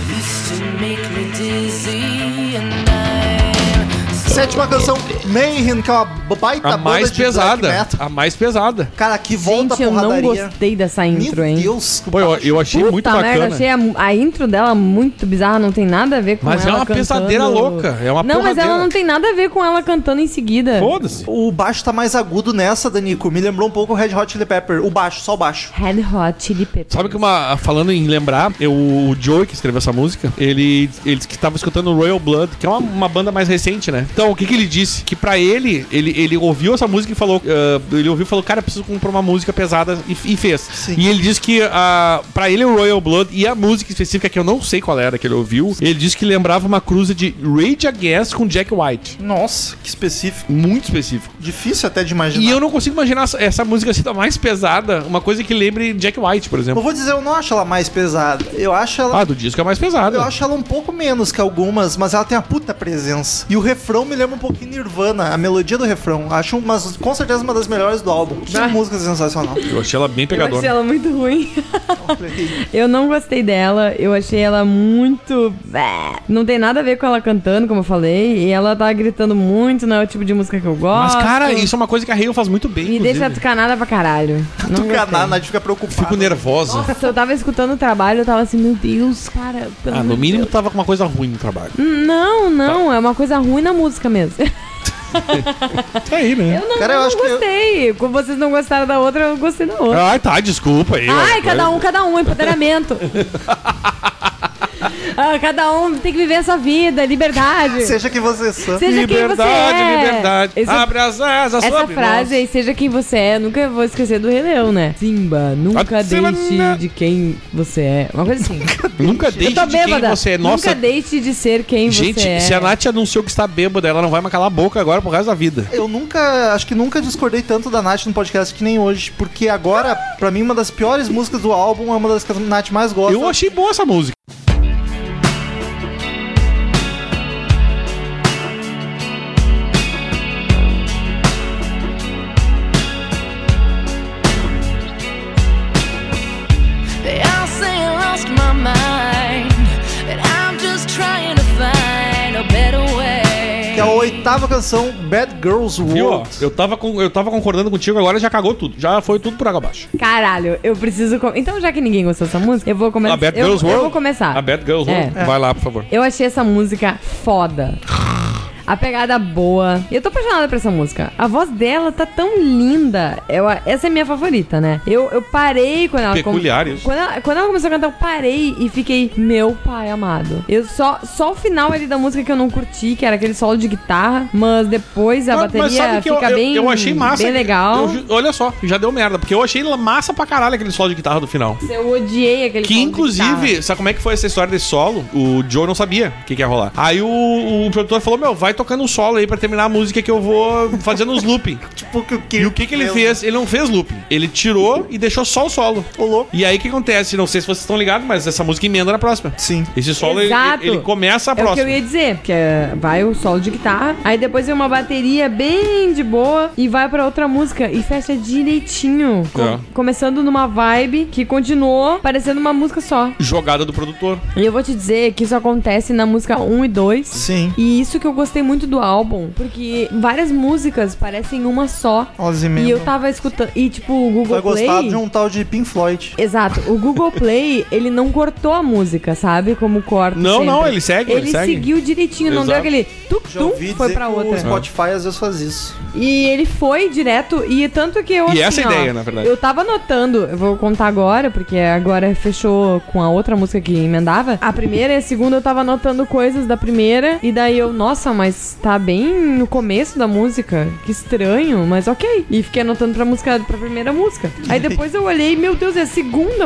F: Used to make me dizzy, and I'm so
A: Sétima canção, Mayhem, que é uma baita
B: A
A: banda
B: mais
A: de black
B: pesada.
A: metal.
B: A mais pesada.
A: Cara, que volta
C: Gente, eu não
A: porradaria.
C: gostei dessa intro,
A: Meu
C: hein?
A: Deus.
B: Pô, eu, eu achei
C: Puta
B: muito
C: merda,
B: bacana.
C: achei a, a intro dela muito bizarra, não tem nada a ver com
B: Mas é
C: ela
B: uma
C: cantando.
B: pesadeira louca, é uma
C: Não, mas
B: porradeira.
C: ela não tem nada a ver com ela cantando em seguida.
B: Foda-se.
A: O baixo tá mais agudo nessa, Danico. Me lembrou um pouco o Red Hot Chili Pepper. O baixo, só o baixo.
C: Red Hot Chili Peppers.
B: Sabe que uma. Falando em lembrar, eu, o Joey que escreveu essa música, ele, ele disse que estava escutando Royal Blood, que é uma, uma banda mais recente, né? Então, o que, que ele disse? Que pra ele, ele, ele ouviu essa música e falou. ah, ele ouviu e falou, cara, preciso comprar uma música pesada e, e fez.
A: Sim.
B: E ele disse que ah, pra ele o Royal Blood e a música específica, que eu não sei qual era que ele ouviu, ele disse que lembrava uma cruza de Rage Against com Jack White.
A: Nossa, que específico.
B: Muito específico.
A: Difícil até de imaginar.
B: E eu não consigo imaginar essa, essa música sendo a mais pesada, uma coisa que lembre Jack White, por
A: Eu
B: exemplo.
A: vou dizer, eu não acho ela mais pesada. Eu acho ela.
B: Ah, do disco é a mais pesada.
A: Eu acho ela um pouco menos que algumas, mas ela tem a puta presença. E o refrão me lembra um pouquinho Nirvana, a melodia do refrão. Acho umas, com certeza uma das melhores do álbum. Que
C: Ah.
A: música sensacional.
B: Eu achei ela bem
C: Eu achei
B: pegadora.
C: ela muito ruim.
A: é
C: Eu não gostei dela, eu achei ela muito. É, Não tem nada a ver com ela cantando, como eu falei, e ela tá gritando muito, não é o tipo de música que eu
B: Mas,
C: gosto.
B: cara, isso é uma coisa que a Hale faz muito bem.
C: Me
B: inclusive.
C: deixa tucanada pra caralho. Não
A: Tucaná, a
C: gostei.
A: Nath fica preocupada.
B: Fico nervosa.
C: Nossa, eu tava escutando o trabalho, eu tava assim, meu Deus, cara. pelo
B: Ah,
C: amor
B: no
C: de
B: mínimo Tá.
C: Deus.
B: tava com uma coisa ruim no trabalho.
C: Não, não, é uma coisa ruim na música mesmo.
B: Tá aí, né?
C: Eu não,
A: Cara, eu
C: eu não
A: acho que eu-
C: gostei. Como vocês não gostaram da outra, eu gostei da outra.
B: Ai, tá, desculpa aí.
C: Ai,
B: ó.
C: cada um, cada um, empoderamento. Ah, cada um tem que viver essa vida, liberdade.
A: Seja que você é sã.
C: Seja quem você
B: Liberdade,
C: é.
B: liberdade. Ah,
C: Esse-
B: Abre as asas
C: essa
B: sobre
C: frase aí, seja quem você é, eu nunca vou esquecer do Rei Leão, né? Simba, nunca
B: Ah, Simba, né?
C: deixe de quem você é. Uma coisa assim.
B: nós. Nunca
C: Eu
B: deixe
C: tô
B: de quem
C: bêbada.
B: você é.
C: Nunca
B: Nossa,
C: deixe de ser quem
B: gente,
C: você é.
B: se a Nath anunciou que está bêbada, ela não vai mais calar a boca agora pro resto da vida.
A: Eu nunca, acho que nunca discordei tanto da Nath no podcast que nem hoje, porque agora, pra mim, uma das piores músicas do álbum é uma das que a Nath mais gosta.
B: Eu achei boa essa música.
F: They all say I lost my mind, and I'm just trying to find a better way.
A: Que é a oitava canção, Bad Girls
B: Viu? ó?
A: World.
B: Eu tava, com- eu tava concordando contigo, agora já cagou tudo. Já foi tudo por água abaixo.
C: Caralho, eu preciso. com- Então, já que ninguém gostou dessa música, eu vou
B: A
C: começar.
B: Bad
C: eu,
B: Girls
C: eu
B: World?
C: vou começar.
B: A Bad Girls
C: É.
B: World. Vai lá, por favor.
C: Eu achei essa música foda. a pegada boa. E eu tô apaixonada por essa música. A voz dela tá tão linda. Eu, essa é minha favorita, né? Eu, eu parei quando ela... com-
B: Peculiar isso.
C: Quando ela, quando ela começou a cantar, eu parei e fiquei, meu pai amado. Eu só, só o final ali da música que eu não curti, que era aquele solo de guitarra, mas depois a
B: Mas- mas
C: bateria
B: sabe que eu-
C: fica
B: eu,
C: bem,
B: eu achei massa.
C: bem legal.
B: Eu ju- olha só, já deu merda, porque eu achei massa pra caralho aquele solo de guitarra do final.
C: Eu odiei aquele
B: Que
C: solo de guitarra.
B: inclusive, sabe como é que foi essa história desse solo? O Joe não sabia o que, que ia rolar. Aí o, o produtor falou: Meu, vai tocando um solo aí pra terminar a música que eu vou fazendo uns looping.
A: Tipo, que,
B: E o que, que ele fez? Ele não fez looping. Ele tirou e deixou só o solo.
A: Ô, louco.
B: E aí o que acontece? Não sei se vocês estão ligados, mas essa música emenda na próxima.
A: Sim.
B: Esse solo ele,
C: Exato.
B: ele começa a
C: É o que eu
B: próxima.
C: ia dizer, que é, vai o solo de guitarra, aí depois vem uma bateria bem de boa e vai pra outra música e fecha direitinho. Com-
B: É.
C: Começando numa vibe que continuou parecendo uma música só.
B: Jogada do produtor.
C: E eu vou te dizer que isso acontece na música 1 e 2.
A: Sim.
C: E isso que eu gostei muito do álbum, porque várias músicas parecem uma só.
A: Elas
C: E eu
A: emendam.
C: tava escutando. E tipo, o Google
A: Vai gostar
C: Play.
A: de um tal de Pink Floyd.
C: Exato. O Google Play, ele não cortou a música, sabe? Como corta.
B: Não,
C: sempre.
B: não, ele segue, ele
C: Ele
B: segue.
C: seguiu direitinho, não deu
B: Exato.
C: aquele tum,
A: Já ouvi
C: tum, foi
A: dizer
C: pra
A: que o
C: outra.
A: Spotify às vezes faz isso.
C: E ele foi direto, e tanto que eu.
B: E essa
C: assim,
B: é a
C: ó,
B: ideia, na verdade.
C: Eu tava anotando, eu vou contar agora, porque agora fechou com a outra música que emendava. A primeira e a segunda eu tava anotando coisas da primeira, e daí eu, nossa, mas tá bem no começo da música, que estranho, mas ok. E fiquei anotando pra música, pra primeira música. Aí depois eu olhei, meu Deus, é a segunda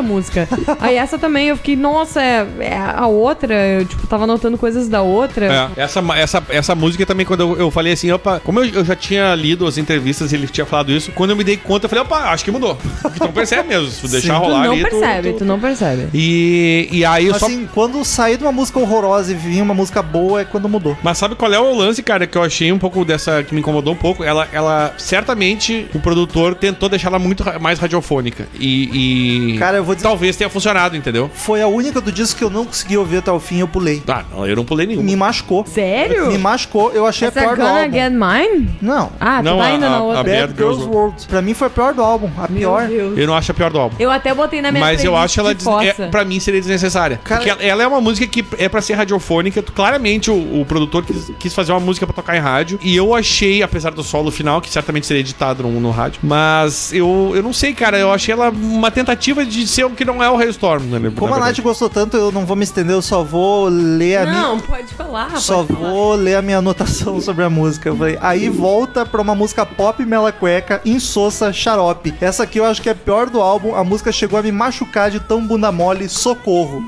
C: música. Aí essa também eu fiquei, nossa, é, é a outra, eu tipo, tava anotando coisas da outra.
B: É, essa, essa, essa música também, quando eu, eu falei assim, opa, como eu, eu já tinha lido as entrevistas e ele tinha falado isso, quando eu me dei conta, eu falei, opa, acho que mudou. Então percebe mesmo, se tu deixar
C: Tu
B: rolar
C: não
B: ali. tu-
C: percebe,
B: tu-
C: tu não percebe.
B: E, e aí eu só.
A: Assim, quando sair de uma música horrorosa e vir uma música boa é quando mudou.
B: Mas sabe qual é o lance, cara, que eu achei um pouco dessa. que me incomodou um pouco? Ela, ela certamente, o produtor tentou deixar ela muito ra- mais radiofônica. E. e
A: Cara, eu vou dizer-
B: Talvez tenha funcionado, entendeu?
A: Foi a única do disco que eu não consegui ouvir até o fim, eu pulei.
B: Ah, não, eu não pulei nenhum.
A: Me machucou.
C: Sério?
A: Me machucou, eu achei
C: Essa
A: a é pior do
C: Gonna
A: álbum.
C: Get Mine?
A: Não.
C: Ah,
B: Não,
C: tu tá
B: a-
C: ainda
B: a-
C: na outra.
B: a
A: Bad
B: Bad
A: Girls
B: Girls
A: World. Pra mim foi a pior do álbum. A pior.
C: Deus.
B: Eu não acho a pior do álbum.
C: Eu até botei na minha
B: Mas eu
C: playlist
B: acho ela
C: de
B: des...
C: fossa.
B: é, pra mim seria desnecessária.
A: Cara-
B: Porque ela- ela é uma música que é pra ser radiofônica. Tu- Claramente o, o produtor quis, quis fazer uma música pra tocar em rádio. E eu achei, apesar do solo final, que certamente seria editado no, no rádio. Mas eu, eu não sei, cara. Eu achei ela uma tentativa de ser o que não é o Hailstorm, né? na
A: Como a Nath
B: verdade.
A: gostou tanto, eu não vou me estender, eu só vou ler a minha.
C: Não, pode falar.
A: Só
C: pode falar.
A: vou ler a minha anotação sobre a música. Eu falei, aí volta pra uma música pop mela cueca, insossa, xarope. Essa aqui eu acho que é a pior do álbum. A música chegou a me machucar de tão bunda mole, socorro.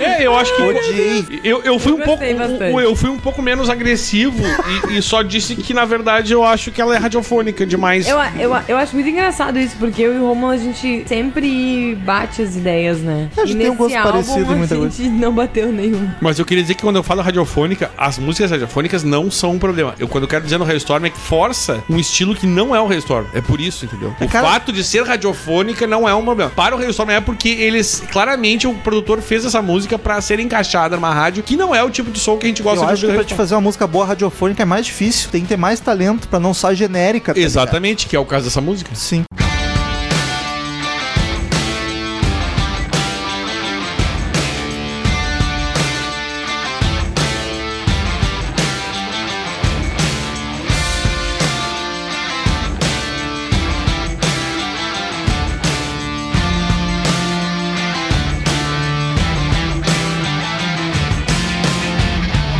B: É, eu acho que.
A: Odiei.
B: Eu, eu fui
C: Eu
B: um pouco
C: gostei bastante.
B: eu fui um pouco menos agressivo e, e só disse que na verdade eu acho que ela é radiofônica demais.
C: Eu, eu, eu acho muito engraçado isso, porque eu e o Romulo, a gente sempre bate as ideias, né?
A: A gente
C: e
A: tem um gosto
C: álbum,
A: parecido em muita
C: a gente não bateu nenhum.
B: Mas eu queria dizer que quando eu falo radiofônica, as músicas radiofônicas não são um problema. Eu quando eu quero dizer no Hailstorm é que força um estilo que não é o Hailstorm. É por isso, entendeu? O
A: Cara-
B: fato de ser radiofônica não é um problema. Para o Hailstorm é porque eles claramente o produtor fez essa música pra ser encaixada numa rádio que não é o tipo de som que a gente gosta
A: eu
B: de
A: acho que
B: ouvir no
A: pra te
B: Hailstorm.
A: fazer uma música boa radiofônica é mais difícil. Tem que ter mais talento pra não só genérica. tá ligado?
B: Exatamente, que é o caso dessa música.
A: Sim.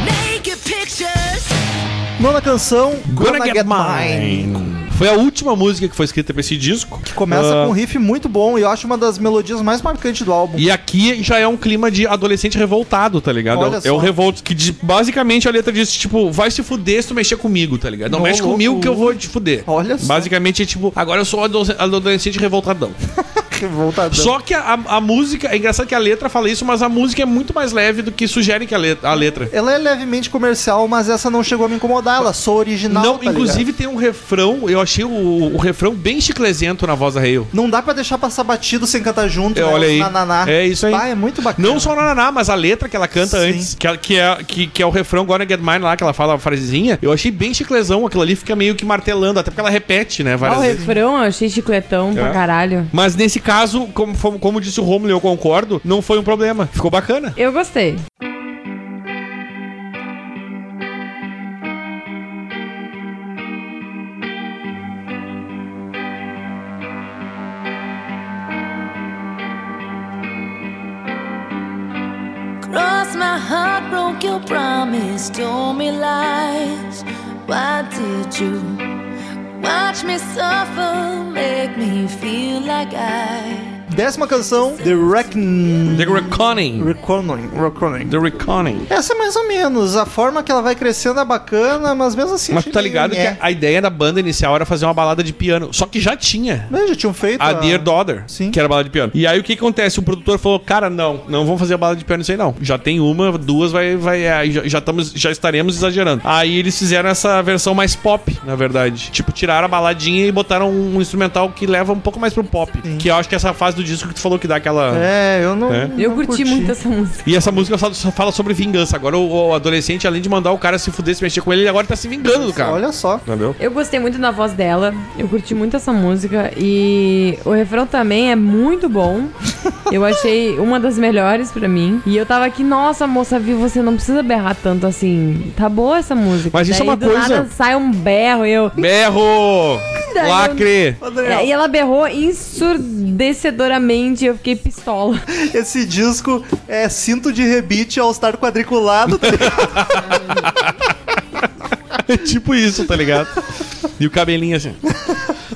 F: Naked pictures.
A: Nona canção, Gonna, Get, Mine.
B: Foi a última música que foi escrita pra esse disco.
A: Que começa
B: Ah,
A: com um riff muito bom e eu acho uma das melodias mais marcantes do álbum.
B: E aqui já é um clima de adolescente revoltado, tá ligado?
A: Olha
B: É o- é o
A: só.
B: revolto que diz- basicamente a letra diz tipo, vai se fuder se tu mexer comigo, tá ligado? Não
A: Ô,
B: mexe
A: louco.
B: comigo que eu vou te fuder.
A: Olha só.
B: Basicamente é tipo, agora eu sou um adolesc- adolescente revoltadão.
A: Revoltadão.
B: Só que a, a- a música, é engraçado que a letra fala isso, mas a música é muito mais leve do que sugere que a let- a letra.
A: Ela é levemente comercial, mas essa não chegou a me incomodar. Ela sou original.
B: Não,
A: tá ligado?
B: inclusive tem um refrão, eu achei o, o refrão bem chiclezento na voz da Hale.
A: Não dá pra deixar passar batido sem cantar junto.
B: É,
A: né?
B: olha aí.
A: Nananá.
B: É isso aí.
A: Bah, é muito bacana.
B: Não só o Nananá, mas a letra que ela canta
A: Sim.
B: antes, que, ela- que é, que, que é o refrão Gonna Get Mine lá, que ela fala a frasezinha. Eu achei bem chiclezão, aquilo ali fica meio que martelando, até porque ela repete, né,
C: Ah,
B: várias
C: o
B: vezes.
C: refrão eu achei chicletão pra
B: É.
C: caralho.
B: Mas nesse caso, como, fo- como disse o Romulo, e eu concordo, não foi um problema. Ficou bacana.
C: Eu gostei.
F: broke your promise, told me lies. Why did you watch me suffer? Make me feel like I.
A: Décima canção, The Reckon...
B: The Reconning.
A: Reconing. Reconing.
B: The Reconning.
A: Essa é mais ou menos. A forma que ela vai crescendo é bacana, mas mesmo assim...
B: Mas tu tá
A: achei
B: ligado que
A: nhé.
B: a ideia da banda inicial era fazer uma balada de piano. Só que já tinha.
A: Não, já tinham feito
B: A Dear Daughter,
A: Tá. Sim.
B: que era balada de piano. E aí o que acontece? O produtor falou: Cara, não, não vamos fazer a balada de piano isso aí, não. Já tem uma, duas, vai. vai é, aí já, já, tamos- já estaremos exagerando. Aí eles fizeram essa versão mais pop, na verdade. Tipo, tiraram a baladinha e botaram um instrumental que leva um pouco mais pro pop. Que eu acho que é essa fase do disco que tu falou que dá aquela.
A: É, eu não...
B: É.
C: Eu
A: não
C: curti muito essa música.
B: E essa música só- só fala sobre vingança. Agora o, o adolescente, além de mandar o cara se fuder, se mexer com ele, ele agora tá se vingando do cara. é
A: Olha só.
B: Entendeu?
C: Eu gostei muito da voz dela, eu curti muito essa música e o refrão também é muito bom. Eu achei uma das melhores pra mim. E eu tava aqui, nossa moça, viu, você não precisa berrar tanto assim. Tá boa essa música.
B: Mas isso é
C: Daí,
B: uma
C: do
B: coisa-
C: Nada, sai um berro e eu.
B: Berro!
C: eu-
B: Lacre!
C: É, e ela berrou ensurdecedoramente e eu fiquei pistola.
A: Esse disco é cinto de rebite ao estar quadriculado.
B: É tipo isso, tá ligado? E o cabelinho assim.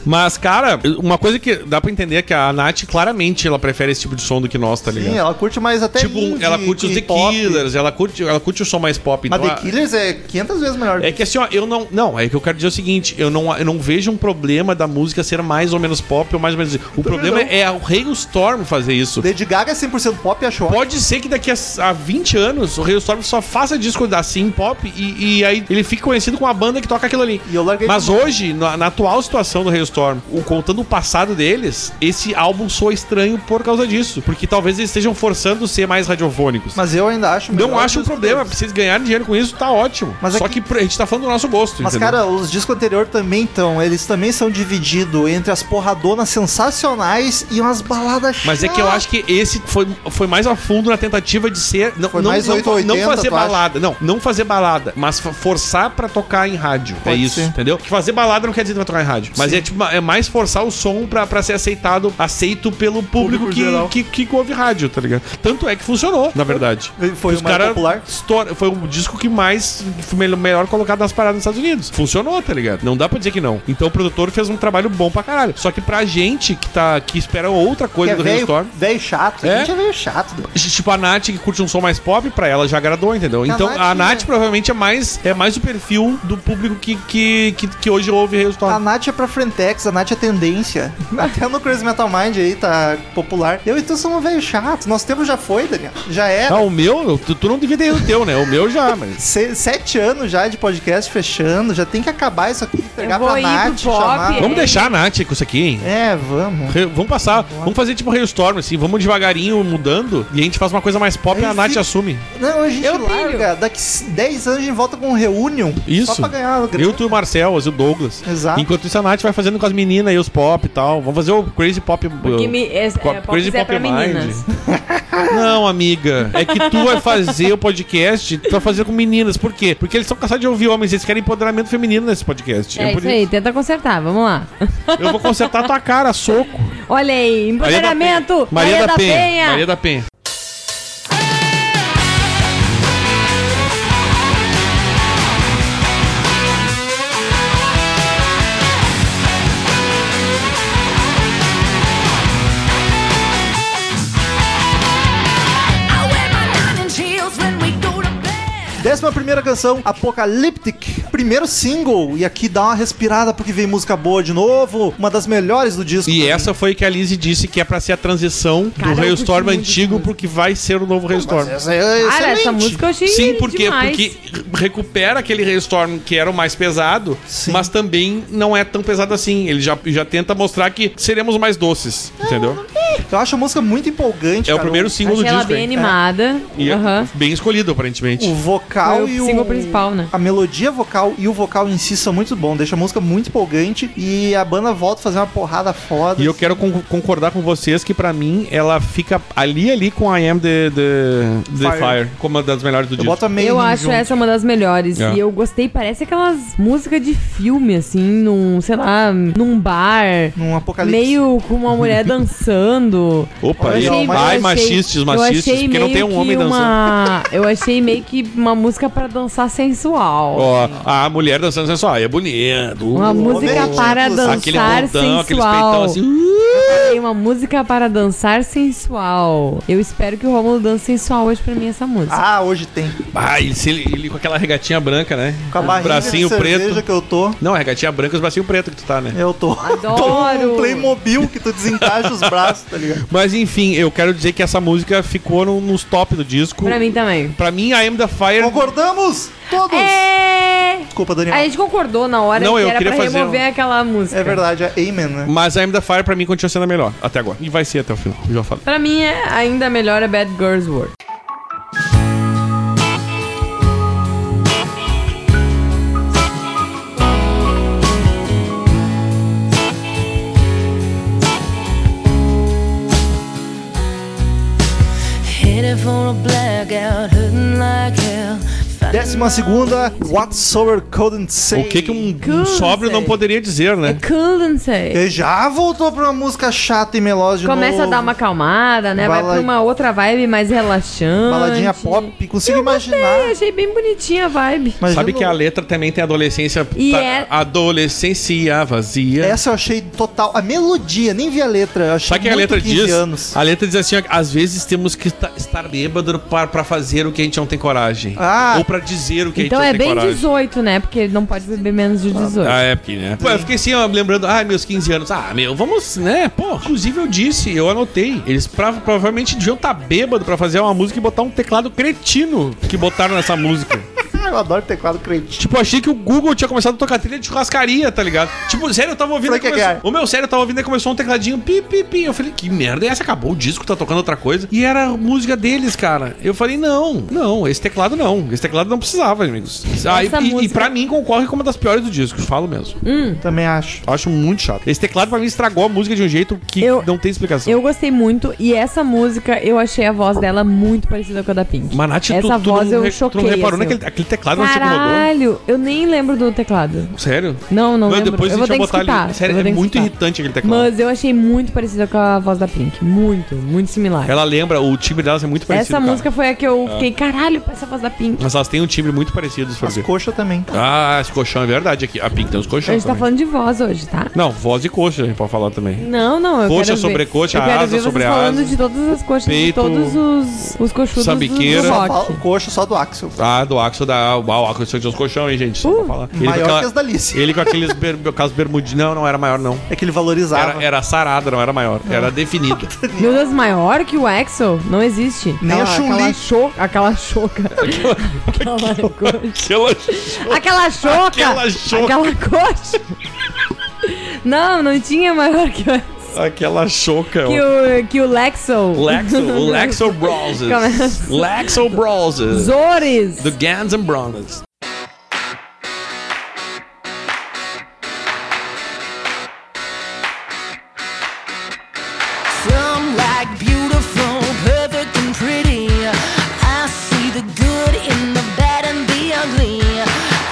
B: Mas, cara, uma coisa que dá pra entender é que a Nath, claramente, ela prefere esse tipo de som do que nós, tá ligado?
A: Sim, ela curte mais até
B: tipo,
A: indie,
B: ela curte os The
A: K-pop.
B: Killers, assim, ela curte, ela curte o som mais pop.
A: Mas
B: então
A: The
B: a-
A: Killers é 500 vezes melhor.
B: É que assim, ó, eu não. Não, é que eu quero dizer o seguinte: eu não, eu não vejo um problema da música ser mais ou menos pop ou mais ou menos. O problema
A: não.
B: é o Hailstorm fazer isso.
A: Lady Gaga é 100% pop, acho ótimo.
B: Pode ser que daqui a, a 20 anos o Hailstorm só faça disco da Sim Pop e, e aí ele fique conhecido com a banda que toca aquilo ali.
A: E eu larguei
B: Mas
A: de-
B: hoje, na, na atual situação do Hailstorm, o- contando o passado deles, esse álbum soa estranho por causa disso. Porque talvez eles estejam forçando ser mais radiofônicos.
A: Mas eu ainda acho
B: Não
A: melhor
B: acho um
A: os discos
B: problema,
A: deles.
B: se vocês ganharem dinheiro com isso, tá ótimo.
A: Mas
B: Só
A: aqui-
B: que a gente tá falando do nosso gosto,
A: Mas,
B: entendeu?
A: cara, os discos anteriores também estão. Eles também são divididos entre as porradonas sensacionais e umas baladas
B: Mas é que eu acho que esse foi, foi mais a fundo na tentativa de ser. Não,
A: Foi
B: não,
A: mais
B: não,
A: 880,
B: não fazer
A: tu acha?
B: balada. Não, não fazer balada, mas fo- forçar pra tocar em rádio. é
A: Pode
B: isso,
A: ser.
B: entendeu? Que fazer balada não quer dizer que vai tocar em rádio. Mas é, tipo, é mais forçar o som pra, pra ser aceitado, aceito pelo público,
A: Público geral.
B: que, que, que ouve rádio, tá ligado? Tanto é que funcionou, na verdade.
A: Foi- foi
B: Os
A: o mais
B: cara
A: popular?
B: estoura- Foi o disco que mais foi melhor- melhor colocado nas paradas nos Estados Unidos. Funcionou, tá ligado? Não dá pra dizer que não. Então o produtor fez um trabalho bom pra caralho. Só que pra gente que tá que espera outra
A: que
B: coisa
A: é
B: do
A: velho,
B: Hailstorm,
A: velho chato.
B: É?
A: A gente é velho chato.
B: Tipo, a Nath que curte um som mais pop, pra ela já agradou, entendeu?
A: A
B: então a
A: Nath,
B: Nath
A: né?
B: provavelmente é mais, é mais o perfil do público que, que, que, que hoje ouve
A: A
B: Hailstorm.
A: Nath é pra Frentex, a Nath é tendência. Até no Crazy Metal Mind aí tá popular. Eu e tu somos um velho chato. Nosso tempo já foi, Daniel. Já é era.
B: Ah, o meu, tu, tu não devia ter o teu, né? O meu já, mas.
A: Se- sete anos já de podcast fechando. Já tem que acabar isso aqui. Pegar
C: vou
A: pra
C: ir pro
A: Nath,
C: pop,
A: chamar.
B: Vamos deixar a Nath com isso aqui, hein?
A: É, vamos.
B: Re- Vamos passar, vamos fazer tipo Hailstorm, assim, vamos devagarinho mudando e a gente faz uma coisa mais pop e a
A: Aí
B: Nath
A: fica-
B: assume.
A: Não, a gente
C: Eu
A: larga. Daqui s- 10 anos a gente volta com um reunion.
B: Isso.
A: Só pra ganhar uma grana.
B: Eu, tu, o Marcel, o Douglas.
A: Exato.
B: Enquanto isso, a Nath vai fazendo com as meninas e os pop e tal. Vamos fazer o Crazy Pop.
C: Porque me, é, é,
B: Co-
C: pop é pra meninas.
B: Não, amiga. É que tu vai fazer o podcast, tu vai fazer com meninas. Por quê? Porque eles estão cansados de ouvir homens, eles querem empoderamento feminino nesse podcast.
C: É
B: por
C: isso aí, tenta consertar, vamos lá.
B: Eu vou consertar tua cara, soco.
C: Olha aí, empoderamento,
B: Maria da Penha. Maria da Penha.
F: I wear my nine inch heels when we go to bed.
A: Décima primeira canção, Apocalyptic. Primeiro single. E aqui dá uma respirada porque vem música boa de novo. Uma das melhores do disco.
B: E essa é foi que a Lizzie disse que é pra ser a transição
C: Cara,
B: do
C: eu
B: Railstorm
C: curti muito
B: antigo
C: essa
B: porque vai ser o novo Railstorm.
A: Essa é
C: Cara,
A: excelente.
C: essa música eu achei
B: Sim, por quê?
C: demais.
B: Porque recupera aquele Railstorm que era o mais pesado,
A: Sim.
B: mas também não é tão pesado assim. Ele já, já tenta mostrar que seremos mais doces, entendeu?
A: Eu acho a música muito empolgante.
B: É o
A: cara.
B: primeiro single
C: Achei
B: do
C: ela
B: disco.
C: bem
B: hein?
C: animada.
B: E é
C: Aham.
B: bem escolhido, aparentemente.
A: O vocal
C: Foi o
A: e o.
C: single principal, né?
A: A melodia vocal e o vocal em si são muito bom. Deixa a música muito empolgante. E a banda volta a fazer uma porrada foda.
B: E eu quero con- concordar com vocês que, pra mim, ela fica ali ali com I Am The, the, the Fire.
A: Fire.
B: como uma das melhores do
A: Eu
B: disco.
A: boto a meio.
C: Eu acho essa uma das melhores.
B: É.
C: E eu gostei, parece aquelas músicas de filme, assim, num, sei lá, num bar.
A: Num apocalipse.
C: Meio com uma mulher dançando.
B: Opa,
A: Olha
B: aí,
A: só,
B: ó,
A: mas-
B: ai,
C: eu achei-
B: machistes,
C: eu
B: machistes,
C: achei
B: porque não
C: meio
B: tem um
C: que
B: homem dançando.
C: uma- eu achei meio que uma música pra dançar sensual.
B: Ó, a mulher dançando sensual, aí é bonito.
C: Uma música
A: homem,
C: para
A: inclusive.
C: dançar
B: aquele bundão, aquele peitão
C: sensual.
B: assim. uh,
C: Tem uma música para dançar sensual. Eu espero que o Romulo dance sensual hoje pra mim essa música.
A: Ah, hoje tem.
B: Ah, ele, se ele, ele com aquela regatinha branca, né?
A: Com a barriga
B: bracinho
A: de cerveja
B: preto.
A: que eu tô,
B: Não, regatinha branca e os bracinhos preto que tu tá, né?
A: eu tô.
C: Adoro.
A: tô um Playmobil que tu desencaixa os braços, tá ligado?
B: Mas enfim, eu quero dizer que essa música ficou no- nos top do disco.
C: Pra mim também.
B: Pra mim, a Am the Fire.
A: Concordamos? Todos!
C: É...
A: Desculpa,
C: A
A: Daniel.
C: gente concordou na hora
B: Não,
C: que
B: eu
C: era
B: queria
C: pra
B: fazer um-
C: remover aquela música.
A: É verdade, é Amen, né?
B: Mas a Am the Fire pra mim continua sendo a melhor até agora. E vai ser até o final, eu já falei.
C: Pra mim, é ainda melhor é Bad Girls World.
F: Headed for a blackout, hurting like hell.
A: Décima segunda, Whatsoever Couldn't Say.
B: O que, que um, um
C: Couldn't
B: sóbrio não
C: say.
B: poderia dizer,
C: É
B: né?
C: couldn't say.
A: E já voltou pra uma música chata e melódica de
C: Começa
A: novo.
C: a dar uma acalmada, né? Vai
A: Bala-
C: pra uma outra vibe mais relaxante.
A: Baladinha
B: tá?
A: pop, consigo imaginar.
C: É, achei bem bonitinha a vibe.
A: Imagina
B: Sabe
A: o-
B: que a letra também tem adolescência.
C: E
B: tá-
C: é-
B: Adolescência vazia.
A: Essa eu achei total. A melodia, nem vi a letra. Eu achei
B: Sabe o que é a
A: muito
B: letra
A: 15
B: diz?
A: anos.
B: A letra diz assim: ó, às vezes temos que ta- estar bêbado para, para fazer o que a gente não tem coragem.
A: Ah.
B: Ou pra dizer o que
C: Então
B: a
C: é
B: gente não tem
C: bem
B: coragem.
C: 18, né? Porque ele não pode beber menos de 18.
B: Ah, é, porque, né? Pô, eu fiquei assim, ó, lembrando, ah, meus 15 anos. Ah, meu, vamos, né? Pô, inclusive eu disse, eu anotei. Eles pra- provavelmente deviam estar bêbado pra fazer uma música e botar um teclado cretino que botaram nessa música.
A: Ah, Eu adoro teclado crente.
B: Tipo, achei que o Google tinha começado a tocar trilha de churrascaria, tá ligado? Tipo, sério, eu tava ouvindo.
A: Frank
B: e começou-
A: Aguiar.
B: O meu sério, eu tava ouvindo e começou um tecladinho pi, pi, pi. Eu falei, que merda, e essa acabou o disco, tá tocando outra coisa. E era a música deles, cara. Eu falei, não, não, esse teclado não. Esse teclado não precisava, amigos. Ah, e,
C: Essa
B: e, e
C: música-
B: pra mim concorre como uma das piores do disco, falo mesmo.
A: Também acho.
B: Acho muito chato. Esse teclado pra mim estragou a música de um jeito que
C: Eu-
B: não tem explicação.
C: Eu gostei muito e essa música eu achei a voz dela muito parecida com a da Pink.
B: Mas, Nath,
C: Essa voz
B: não,
C: eu
B: re-
C: choquei,
B: não reparou
C: assim,
B: naquele aquele teclado não te incomodou?
C: Caralho, eu nem lembro do teclado.
B: Sério?
C: Não, não
B: Não,
C: lembro.
B: depois
C: eu
B: a
C: vou
B: gente
C: ter
B: vai
C: que
B: botar
C: escutar.
B: ali. Sério,
C: eu vou ter
B: é
C: que
B: muito
C: escutar.
B: irritante aquele teclado.
C: Mas eu achei muito parecida com a voz da Pink. Muito, muito similar.
B: Ela lembra, o timbre delas é muito parecido.
C: essa
B: cara. Ah.
C: música foi a que eu fiquei, caralho, essa voz da Pink.
B: Mas elas têm um timbre muito parecido, se for
A: As
B: ver.
A: coxas também.
B: Ah, esse colchão é verdade aqui. A Pink tem os
C: A
B: colchões.
C: gente tá falando de voz hoje, tá?
B: Não, voz e coxa a gente pode falar também.
C: Não, não, eu
B: Coxa
C: quero
B: sobre
C: ver.
B: coxa,
C: eu quero
B: asa
C: ver vocês
B: sobre
C: falando
B: asa,
C: de todas as coxas,
B: peito,
C: de todos os, os coxudos do-
B: sambiqueira.
C: do
A: Só
C: rock.
A: falo coxa só do Axel.
B: Ah, do Axel da. Ah, o Axel tinha os colchão, hein, gente? Só pra
C: Uh,
B: falar. Ele com
A: Maior
B: aquela-
A: que as da Alice.
B: Ele com aqueles ber... aquelas bermudinhas. Não, não era maior, não.
A: É que ele valorizava.
B: Era, era sarada, não era maior. Era definida.
C: Meu Deus, maior que o Axel? Não existe.
A: Nem a Chun-Li.
C: Aquela choca. Aquela choca. aquela coxa.
B: Aquela-
C: Aquela choca.
B: Aquela choca.
C: Aquela coxa. Não, não tinha maior que o,
B: Aquela choca.
C: que o, que o Lexel.
B: Lexo, o Lexo Brawlers.
C: Começa.
B: Lexo Brawlers.
C: Zores.
B: Do Guns N' Brothers.
F: Some like beautiful, perfect, and pretty. I see the good in the bad and the ugly.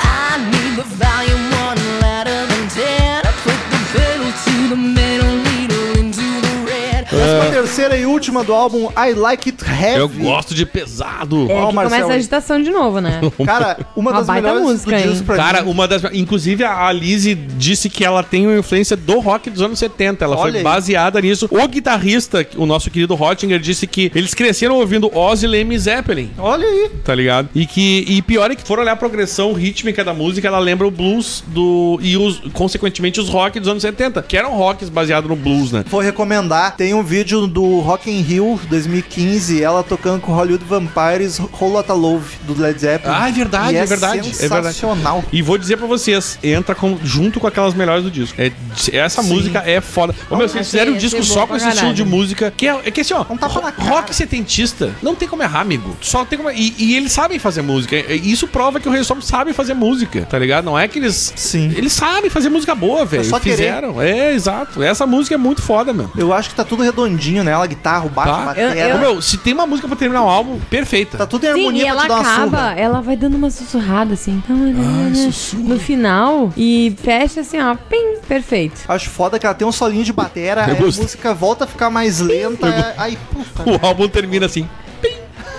F: I need the volume one louder than ten. I put the pedal to the metal, needle into the red.
A: Décima terceira e última do álbum I Like It Heavy.
B: Ah. Eu gosto de pesado.
C: É
A: Ó,
C: que
A: Marcel
C: começa a
A: aí.
C: agitação de novo, né?
A: Cara, uma,
C: Uma
A: das
C: baita
A: melhores
C: música,
A: do disco
C: hein?
A: pra
B: Cara,
A: mim.
B: uma das. Inclusive, a Lizzie disse que ela tem uma influência do rock dos anos 70. Ela
A: Olha
B: foi
A: aí.
B: baseada nisso. O guitarrista, o nosso querido Rottinger, disse que eles cresceram ouvindo Ozzy Leme e Zeppelin.
A: Olha aí.
B: Tá ligado? E que. E pior é que foram olhar a progressão rítmica da música, ela lembra o blues do. E os, consequentemente os rock dos anos 70, que eram rocks baseados no blues, né?
A: Vou recomendar, tem um vídeo do Rock in Rio 2015, ela tocando com Hollywood Vampires, Whole Lotta Love, do Led Zeppelin.
B: Ah, é verdade,
A: E
B: é verdade, é verdade.
A: sensacional.
B: E vou dizer pra vocês, entra com- junto com aquelas melhores do disco. É- essa música é foda. Ô, meu, se eles
C: achei-
B: fizeram um
C: achei
B: disco
C: boa
B: só com
C: pra
B: esse estilo
C: caralho.
B: de música, que é, é que assim, ó,
A: Um tapa na cara.
B: rock setentista, não tem como errar, amigo. Só tem como. E, e eles sabem fazer música. E- e Isso prova que o Rei Som sabe fazer música, tá ligado? Não é que eles.
A: Sim.
B: Eles sabem fazer música boa, velho.
A: só querer.
B: Fizeram. É, exato. Essa música é muito foda, meu.
A: Eu acho que tá tudo redondinho nela. ela, guitarra, o baixo,
B: Tá.
A: a bateria.
C: Eu-
B: Ô, meu, se tem uma música pra terminar um álbum, perfeita.
A: Tá tudo em
C: Sim,
A: harmonia
C: e
A: pra
C: ela
A: te dar uma
C: acaba,
A: surra.
C: ela vai dando uma sussurrada assim.
B: sussurro.
C: no final e fecha assim, ó, pim, perfeito.
A: Acho foda que ela tem um solinho de batera, aí a
B: gosto.
A: música volta a ficar mais lenta, é- aí puta.
B: O álbum termina assim.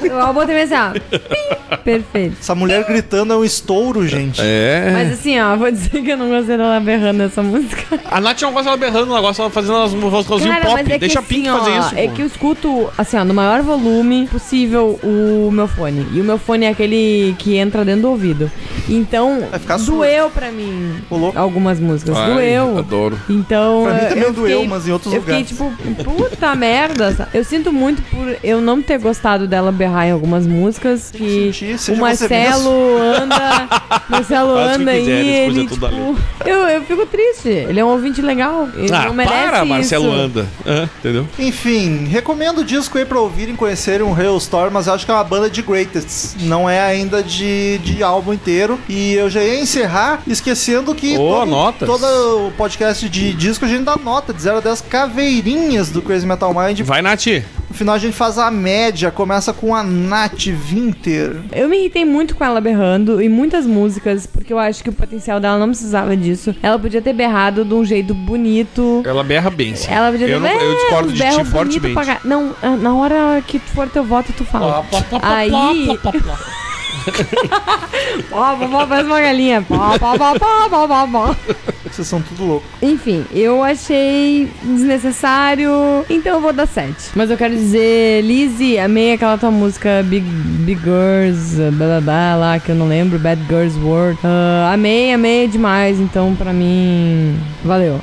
C: Eu botei assim, ó, pim, perfeito.
A: Essa mulher gritando é um estouro, gente.
B: É.
C: Mas assim, ó, vou dizer que eu não gostei dela berrando essa música.
B: A Nath não gosta dela berrando, um ela gosta dela fazendo umas músicas um pop. Deixa a Pink
C: assim,
B: fazer
C: ó,
B: isso.
C: É
B: pô.
C: que eu escuto, assim, ó, no maior volume possível o meu fone. E o meu fone é aquele que entra dentro do ouvido. Então,
A: Vai ficar surdo.
C: doeu pra mim
A: Ô, louco.
C: algumas músicas.
B: Ai,
C: doeu.
B: Adoro.
C: Então.
A: Pra mim
C: eu-
A: também
C: eu
A: doeu,
C: fiquei-
A: mas em outros
C: eu
A: lugares.
C: Fiquei tipo, puta merda. sabe? Eu sinto muito por eu não ter gostado dela berrar em algumas músicas. Que
A: sentir, seja
C: o
A: você
C: mesmo.
A: mesmo.
C: anda. Marcelo
B: Faz o que
C: anda aí.
B: quiser, depois é
C: Ele,
B: tudo
C: tipo,
B: ali.
C: eu, eu fico triste. Ele é um ouvinte legal. Ele
B: Ah,
C: não merece.
B: para, Marcelo
C: isso.
B: Anda. Hã? entendeu?
A: Enfim, recomendo o disco aí pra ouvirem, conhecerem o um Hailstorm, mas eu acho que é uma banda de greatest. Não é ainda de, de álbum inteiro. E eu já ia encerrar esquecendo que
B: Ô, notas.
A: todo o podcast de disco a gente dá nota de 0 a 10 caveirinhas do Crazy Metal Mind.
B: Vai, Nath.
A: No final a gente faz a média, começa com a Nat Winter.
C: Eu me irritei muito com ela berrando e muitas músicas, porque eu acho que o potencial dela não precisava disso. Ela podia ter berrado de um jeito bonito.
B: Ela berra bem, sim.
C: Ela podia ter
B: eu, não- eu
C: "É,
B: discordo
C: uns
B: de ti
C: berros bonitos
B: fortemente.
C: pra ca-". Não, ah, na hora que for teu voto, tu fala. Aí. Pó, pó, pó, faz uma galinha. Pó, pó, pó, pó, pó, pó, pó.
A: Vocês são tudo louco.
C: Enfim, eu achei desnecessário, então eu vou dar 7. Mas eu quero dizer, Lizzie, amei aquela tua música Big, Big Girls, blá blá blá, lá que eu não lembro, Bad Girls World. Ah, amei, amei demais, então pra mim, valeu.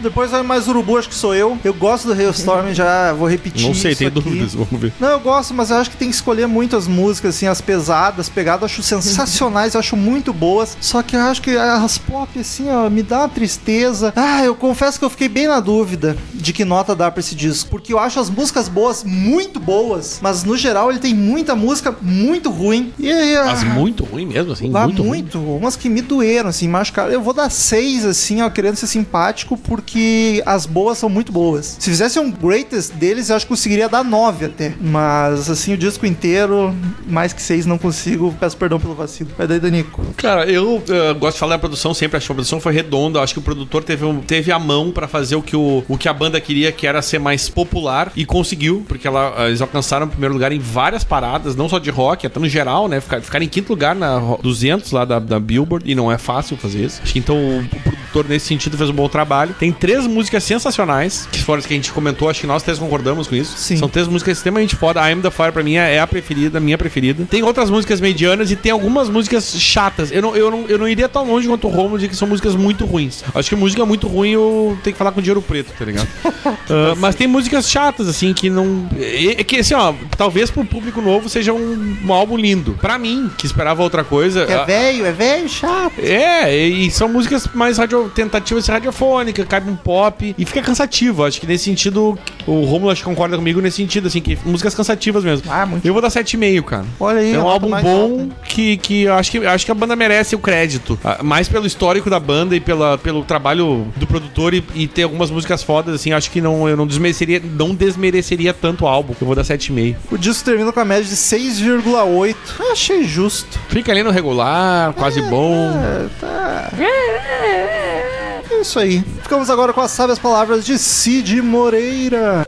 A: Depois vai mais Urubu, acho que sou eu. Eu gosto do Hailstorm, já vou repetir.
B: Não sei,
A: isso
B: tem
A: aqui.
B: dúvidas, vamos ver.
A: Não, eu gosto, mas eu acho que tem que escolher muito as músicas, assim, as pesadas, pegadas, eu acho sensacionais, eu acho muito boas. Só que eu acho que as pop, assim, ó, me dá uma tristeza. Ah, eu confesso que eu fiquei bem na dúvida de que nota dar pra esse disco. Porque eu acho as músicas boas, muito boas, mas no geral ele tem muita música muito ruim. E aí,
B: Mas
A: ah,
B: muito ruim mesmo, assim.
A: Lá
B: muito
A: muito,
B: ruim.
A: umas que me doeram, assim, machucaram. Eu vou dar seis, assim, ó, querendo ser simpático, porque as boas são muito boas. Se fizesse um greatest deles, eu acho que conseguiria dar nove até. Mas, assim, o disco inteiro, mais que seis, não consigo. Peço perdão pelo vacilo. Vai daí, Danico.
B: Cara, eu eh, gosto de falar da produção sempre, acho que a produção foi redonda. Acho que o produtor teve, um- teve a mão pra fazer o que, o, o que a banda queria, que era ser mais popular, e conseguiu, porque ela, eh, eles alcançaram o primeiro lugar em várias paradas, não só de rock, até no geral, né? Ficar, ficar em quinto lugar na Ro- 200 lá da, da Billboard, e não é fácil fazer isso. Acho que então o, o produtor, nesse sentido, fez um bom trabalho. Tem três músicas sensacionais, que foram as que a gente comentou, acho que nós três concordamos com isso.
A: Sim.
B: São três músicas extremamente foda. I Am The Fire, pra mim, é a preferida, minha preferida. Tem outras músicas medianas e tem algumas músicas chatas. Eu não, eu não, eu não iria tão longe quanto o Romulo de que são músicas muito ruins. Acho que música muito ruim eu tenho que falar com dinheiro preto, tá ligado? Ah, mas tem músicas chatas, assim, que não... É, é que, assim, ó, talvez pro público novo seja um, um álbum lindo. Pra mim, que esperava outra coisa...
A: É
B: a-
A: velho, é velho, chato.
B: é, e são músicas mais radio, tentativas radiofônicas, cabe um pop e fica cansativo. Acho que nesse sentido, o Romulo acho que concorda comigo nesse sentido, assim, que músicas cansativas mesmo.
A: Ah, muito.
B: Eu vou dar 7,5, cara.
A: Olha aí,
B: É um
A: nota
B: álbum
A: mais alta,
B: bom
A: hein?
B: que, que eu acho que eu acho que a banda merece o crédito. Ah, Mais pelo histórico da banda e pela, pelo trabalho do produtor e, e ter algumas músicas fodas, assim, acho que não, eu não desmereceria, não desmereceria tanto o álbum. Eu vou dar 7,5.
A: O disco termina com a média de 6,8. Ah, Achei justo.
B: Fica ali no regular, quase bom.
A: É, tá. É isso aí. Ficamos agora com as sábias palavras de Cid Moreira.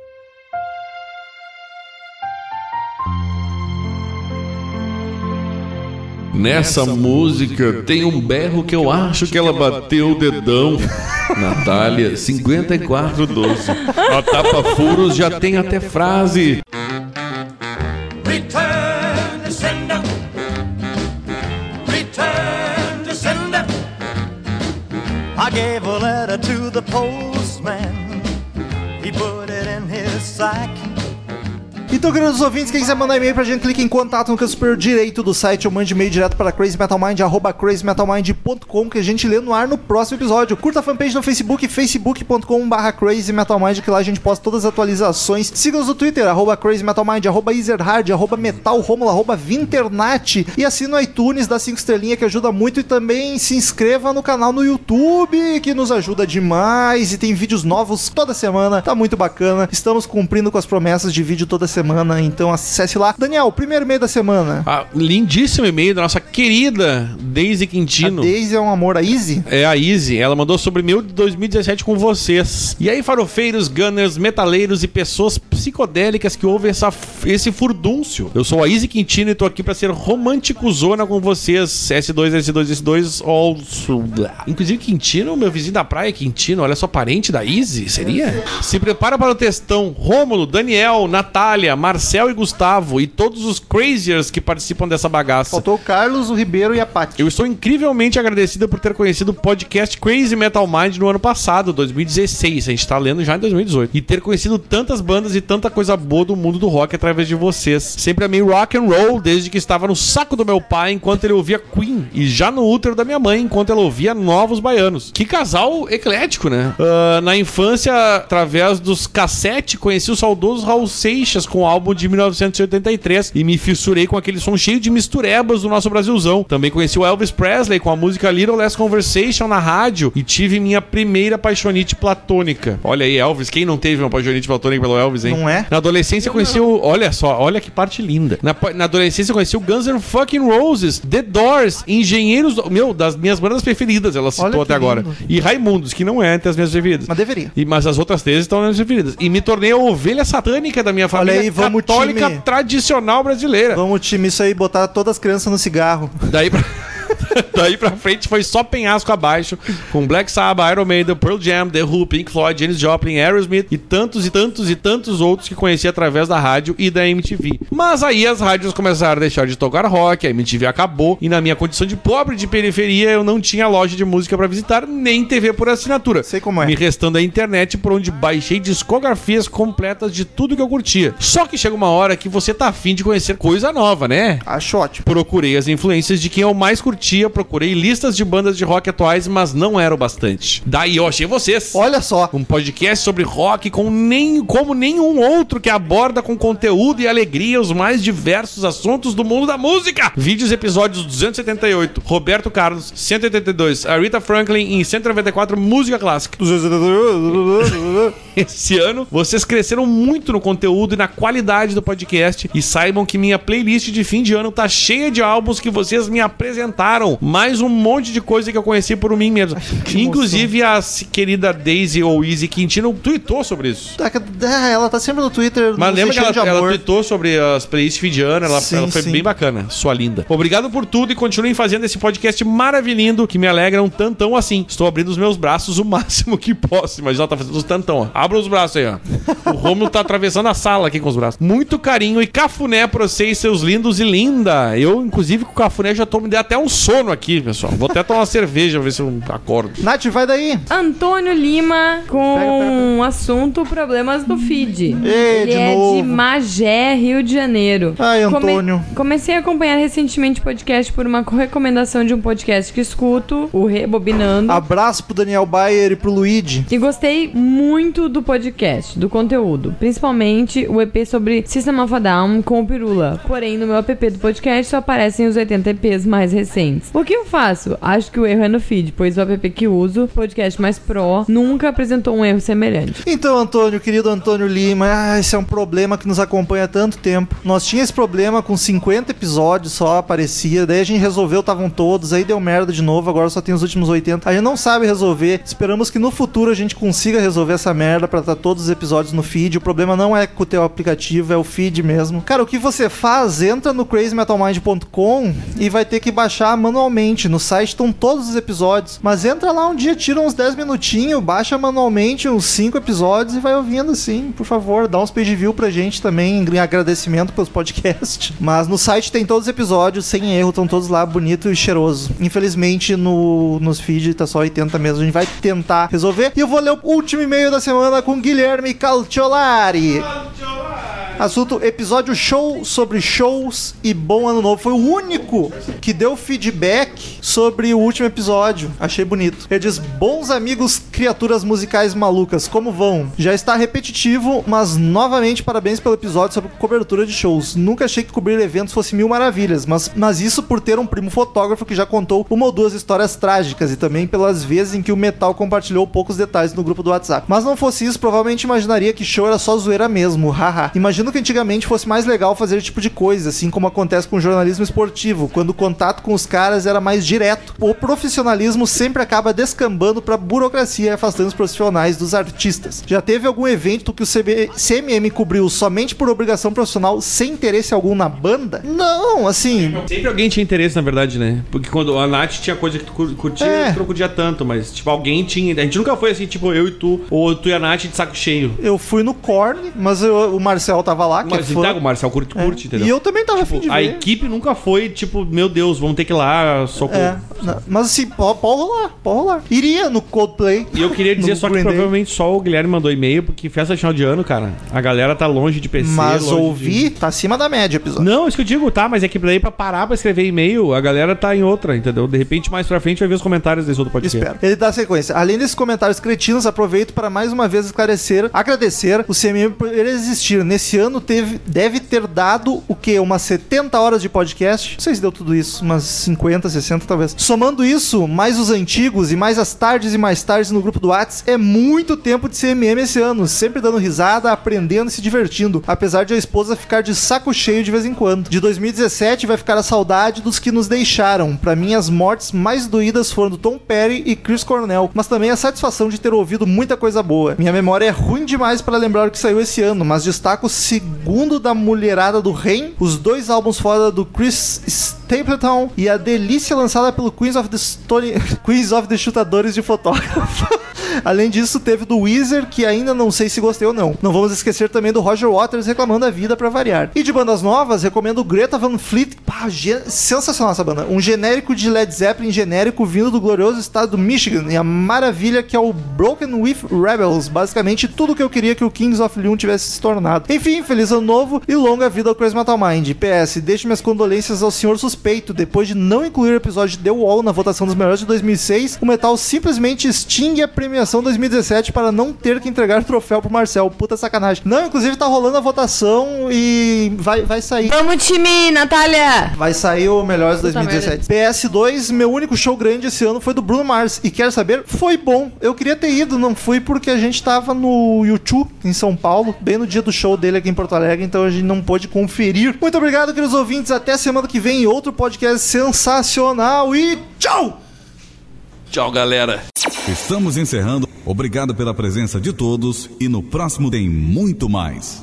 G: Nessa música tem um berro que eu acho que ela bateu o dedão. Natália, 5412. A tapa furos já tem até frase.
D: Return to sender. Return to sender. I gave a letter to the postman. He put it in his sack.
A: Então, queridos ouvintes, quem quiser mandar e-mail pra gente, clique em contato no canto superior direito do site ou mande e-mail direto para crazymetalmind, arroba crazymetalmind.com, que a gente lê no ar no próximo episódio. Curta a fanpage no Facebook, facebook.com crazymetalmind, que lá a gente posta todas as atualizações. Siga-nos no Twitter, arroba crazymetalmind, arroba ezerhard, arroba metalromulo, arroba vinternat. E assina o iTunes, dá 5 estrelinhas, que ajuda muito. E também se inscreva no canal no YouTube, que nos ajuda demais. E tem vídeos novos toda semana, tá muito bacana. Estamos cumprindo com as promessas de vídeo toda semana, então acesse lá. Daniel, primeiro e-mail da semana.
B: Ah, lindíssimo e-mail da nossa querida Daisy Quintino.
A: A Daisy é um amor, a Izzy?
B: É a Izzy, ela mandou sobre meu de 2017 com vocês. E aí, farofeiros, gunners, metaleiros e pessoas psicodélicas que ouvem essa, esse furdúncio. Eu sou a Izzy Quintino e tô aqui pra ser românticozona com vocês. S2, S2, S2, all... Inclusive, Quintino, meu vizinho da praia, Quintino, olha só, parente da Izzy, seria? Se prepara para o testão. Rômulo, Daniel, Natália, Marcel e Gustavo e todos os craziers que participam dessa bagaça.
A: Faltou o Carlos, o Ribeiro e a Paty.
B: Eu estou incrivelmente agradecido por ter conhecido o podcast Crazy Metal Mind no ano passado, 2016. A gente está lendo já em 2018. E ter conhecido tantas bandas e tanta coisa boa do mundo do rock através de vocês. Sempre amei rock and roll desde que estava no saco do meu pai enquanto ele ouvia Queen e já no útero da minha mãe enquanto ela ouvia Novos Baianos. Que casal eclético, né? Ah, na infância, através dos cassete, conheci o saudoso Raul Seixas com o álbum de 1983 e me fissurei com aquele som cheio de misturebas do nosso Brasilzão. Também conheci o Elvis Presley com a música Little Less Conversation na rádio e tive minha primeira paixonite platônica. Olha aí, Elvis, quem não teve uma paixonite platônica pelo Elvis, hein?
A: Não é?
B: Na adolescência conheci o. Olha só, olha que parte linda. Na, pa- na adolescência conheci o Guns N' Fucking Roses, The Doors, Engenheiros. do- Meu, das minhas bandas preferidas, ela citou
A: Olha que
B: até agora.
A: lindo.
B: E Raimundos, que não é entre as minhas preferidas.
A: Mas deveria.
B: E- mas as outras três estão nas minhas preferidas. E me tornei a ovelha satânica da minha família
A: aí, vamos,
B: católica
A: time.
B: tradicional brasileira.
A: Vamos, time, isso aí, botar todas as crianças no cigarro.
B: Daí pra... Daí pra frente foi só penhasco abaixo, com Black Sabbath, Iron Maiden, Pearl Jam, The Who, Pink Floyd, Janis Joplin, Aerosmith e tantos e tantos e tantos outros que conheci através da rádio e da MTV. Mas aí as rádios começaram a deixar de tocar rock, a MTV acabou e na minha condição de pobre de periferia eu não tinha loja de música pra visitar nem TV por assinatura.
A: Sei como é.
B: Me restando a internet por onde baixei discografias completas de tudo que eu curtia. Só que chega uma hora que você tá afim de conhecer coisa nova, né?
A: Acho ótimo.
B: Procurei as influências de quem eu mais curtia, procurei listas de bandas de rock atuais, mas não era o bastante. Daí eu achei vocês.
A: Olha só.
B: Um podcast sobre rock com nem, como nenhum outro que aborda com conteúdo e alegria os mais diversos assuntos do mundo da música. Vídeos e episódios 278, Roberto Carlos, 182, Aretha Franklin e 194, Música Clássica. Esse ano, vocês cresceram muito no conteúdo e na qualidade do podcast. E saibam que minha playlist de fim de ano tá cheia de álbuns que vocês me apresentaram. Mais um monte de coisa que eu conheci por mim mesmo. Inclusive, a s- querida Daisy ou Easy Quintino tweetou sobre isso.
A: Tá, ah, ela tá sempre no Twitter.
B: Mas
A: nos
B: lembra que
A: enchendo
B: ela,
A: de
B: ela
A: amor.
B: tweetou sobre as playlists de fim de ano? Ela,
A: Sim,
B: ela foi
A: sim.
B: bem bacana, sua linda. Obrigado por tudo e continuem fazendo esse podcast maravilhindo que me alegra um tantão assim. Estou abrindo os meus braços o máximo que posso. Mas ela tá fazendo os tantão, ó. Abra os braços aí, ó. O Romulo tá atravessando a sala aqui com os braços. Muito carinho e cafuné pra vocês, seus lindos e linda. Eu, inclusive, com o cafuné já tô me dando até um sono aqui, pessoal. Vou até tomar uma cerveja, ver se eu acordo.
A: Nath, vai daí.
C: Antônio Lima com
A: Pega, pega,
C: um assunto problemas do feed.
A: Ê,
C: Ele
A: de
C: é
A: novo.
C: de Magé, Rio de Janeiro.
A: Ai, Antônio.
C: comecei a acompanhar recentemente o podcast por uma recomendação de um podcast que escuto, o Rebobinando.
A: Abraço pro Daniel Bayer e pro Luigi.
C: E gostei muito do podcast, do conteúdo. Principalmente o EP sobre System of a Down com o Pirula. Porém, no meu app do podcast só aparecem os 80 EPs mais recentes. O que eu faço? Acho que o erro é no feed, pois o app que uso, podcast mais pro, nunca apresentou um erro semelhante.
A: Então, Antônio, querido Antônio Lima, ah, esse é um problema que nos acompanha há tanto tempo. Nós tinha esse problema com 50 episódios só, aparecia, daí a gente resolveu, estavam todos, aí deu merda de novo, agora só tem os últimos 80. A gente não sabe resolver, esperamos que no futuro a gente consiga resolver essa merda pra estar todos os episódios no feed. O problema não é com o teu aplicativo, é o feed mesmo. Cara, o que você faz, entra no crazymetalmind.com e vai ter que baixar manualmente. No site estão todos os episódios, mas entra lá um dia, tira uns 10 minutinhos, baixa manualmente uns 5 episódios e vai ouvindo assim, por favor. Dá uns page view pra gente também, em agradecimento pelos podcasts. Mas no site tem todos os episódios, sem erro, estão todos lá, bonito e cheiroso. Infelizmente, no, nos feed tá só 80 mesmo, a gente vai tentar resolver. E eu vou ler o último e-mail da semana com Guilherme Calciolari. Assunto: episódio show sobre shows e bom ano novo. Foi o único que deu feedback sobre o último episódio. Achei bonito. Ele diz: Bons amigos, criaturas musicais malucas, como vão? Já está repetitivo, mas novamente parabéns pelo episódio sobre cobertura de shows. Nunca achei que cobrir eventos fosse mil maravilhas, mas, mas isso por ter um primo fotógrafo que já contou uma ou duas histórias trágicas e também pelas vezes em que o metal compartilhou poucos detalhes no grupo do WhatsApp. Mas não fosse isso, provavelmente imaginaria que show era só zoeira mesmo, haha. Imagino que antigamente fosse mais legal fazer esse tipo de coisa, assim como acontece com o jornalismo esportivo, quando o contato com os caras era mais direto. O profissionalismo sempre acaba descambando pra burocracia e afastando os profissionais dos artistas. Já teve algum evento que o CB CMM cobriu somente por obrigação profissional, sem interesse algum na banda? Não, assim,
B: Sempre alguém tinha interesse, na verdade, né? Porque quando a Nath tinha coisa que tu cur- curtia,
A: É.
B: tu não curtia tanto, mas, tipo, alguém tinha. A gente nunca foi assim, tipo, eu e tu, ou tu e a Nath de saco cheio.
A: eu fui no Korn, mas eu- o Marcel tava lá, que
B: Mas
A: é fã.
B: tá, o Marcel curte, curte, entendeu? Tipo,
A: E eu também tava afim de
B: A
A: ver.
B: equipe nunca foi, tipo, meu Deus, vamos ter que ir lá, socorro.
A: É, não, mas assim, po- pode, rolar, pode rolar. Iria no Coldplay.
B: E eu queria dizer
A: No
B: só que
A: Green Day.
B: provavelmente só o Guilherme mandou e-mail, porque festa de final de ano, cara, a galera tá longe de PC.
A: Mas
B: longe de-
A: ouvi, tá acima da média o episódio.
B: Não, isso que eu digo, tá, mas é que daí pra parar pra escrever e-mail, a galera tá em outra, entendeu? De repente, mais pra frente, vai ver os comentários desse outro podcast.
A: Espero. Ele dá sequência. Além desses comentários cretinos, aproveito para mais uma vez esclarecer, agradecer o CMM por ele existir. Nesse ano teve, deve ter dado o quê? Umas 70 horas de podcast. Não sei se deu tudo isso, umas 50, 60 talvez. Somando isso, mais os antigos e mais as tardes e mais tardes no grupo do Whats, é muito tempo de CMM esse ano. Sempre dando risada, aprendendo e se divertindo. Apesar de a esposa ficar de saco cheio de vez em quando. De 2017 vai ficar a saudade dos que nos deixaram. Pra mim, as mortes mais doídas foram do Tom Perry e Chris Cornell, mas também a satisfação de ter ouvido muita coisa boa. Minha memória é ruim demais pra lembrar o que saiu esse ano, mas destaco o segundo da Mulherada do Rain, os dois álbuns fora do Chris Stapleton e a delícia lançada pelo Queens of the Stone... Queens of the Chutadores de Fotógrafo. Além disso, teve do Weezer, que ainda não sei se gostei ou não. Não vamos esquecer também do Roger Waters reclamando a vida pra variar. E de bandas novas, recomendo Greta Van Fleet. Pá, ge- sensacional essa banda. Um genérico de Led Zeppelin genérico vindo do glorioso estado do Michigan. E a maravilha que é o Broken with Rebels. Basicamente tudo que eu queria que o Kings of Leon tivesse se tornado. Enfim, feliz ano novo e longa vida ao Crazy Metal Mind. PS, deixo minhas condolências ao senhor suspeito. Depois de não incluir o episódio de The Wall na votação dos melhores de 2006, o Metal simplesmente extingue a premiação 2017 para não ter que entregar o troféu pro Marcel. Puta sacanagem. Não, inclusive tá rolando a votação e vai, vai sair.
C: Vamos, time, Natália!
A: Vai sair o Melhores
C: Puta
A: 2017. PS2, meu único show grande esse ano foi do Bruno Mars. E quer saber? Foi bom. Eu queria ter ido, não fui porque a gente tava no YouTube, em São Paulo, bem no dia do show dele aqui em Porto Alegre, então a gente não pôde conferir. Muito obrigado, queridos ouvintes. Até semana que vem em outro podcast sensacional e tchau!
G: Tchau, galera.
H: Estamos encerrando. Obrigado pela presença de todos e no próximo tem muito mais.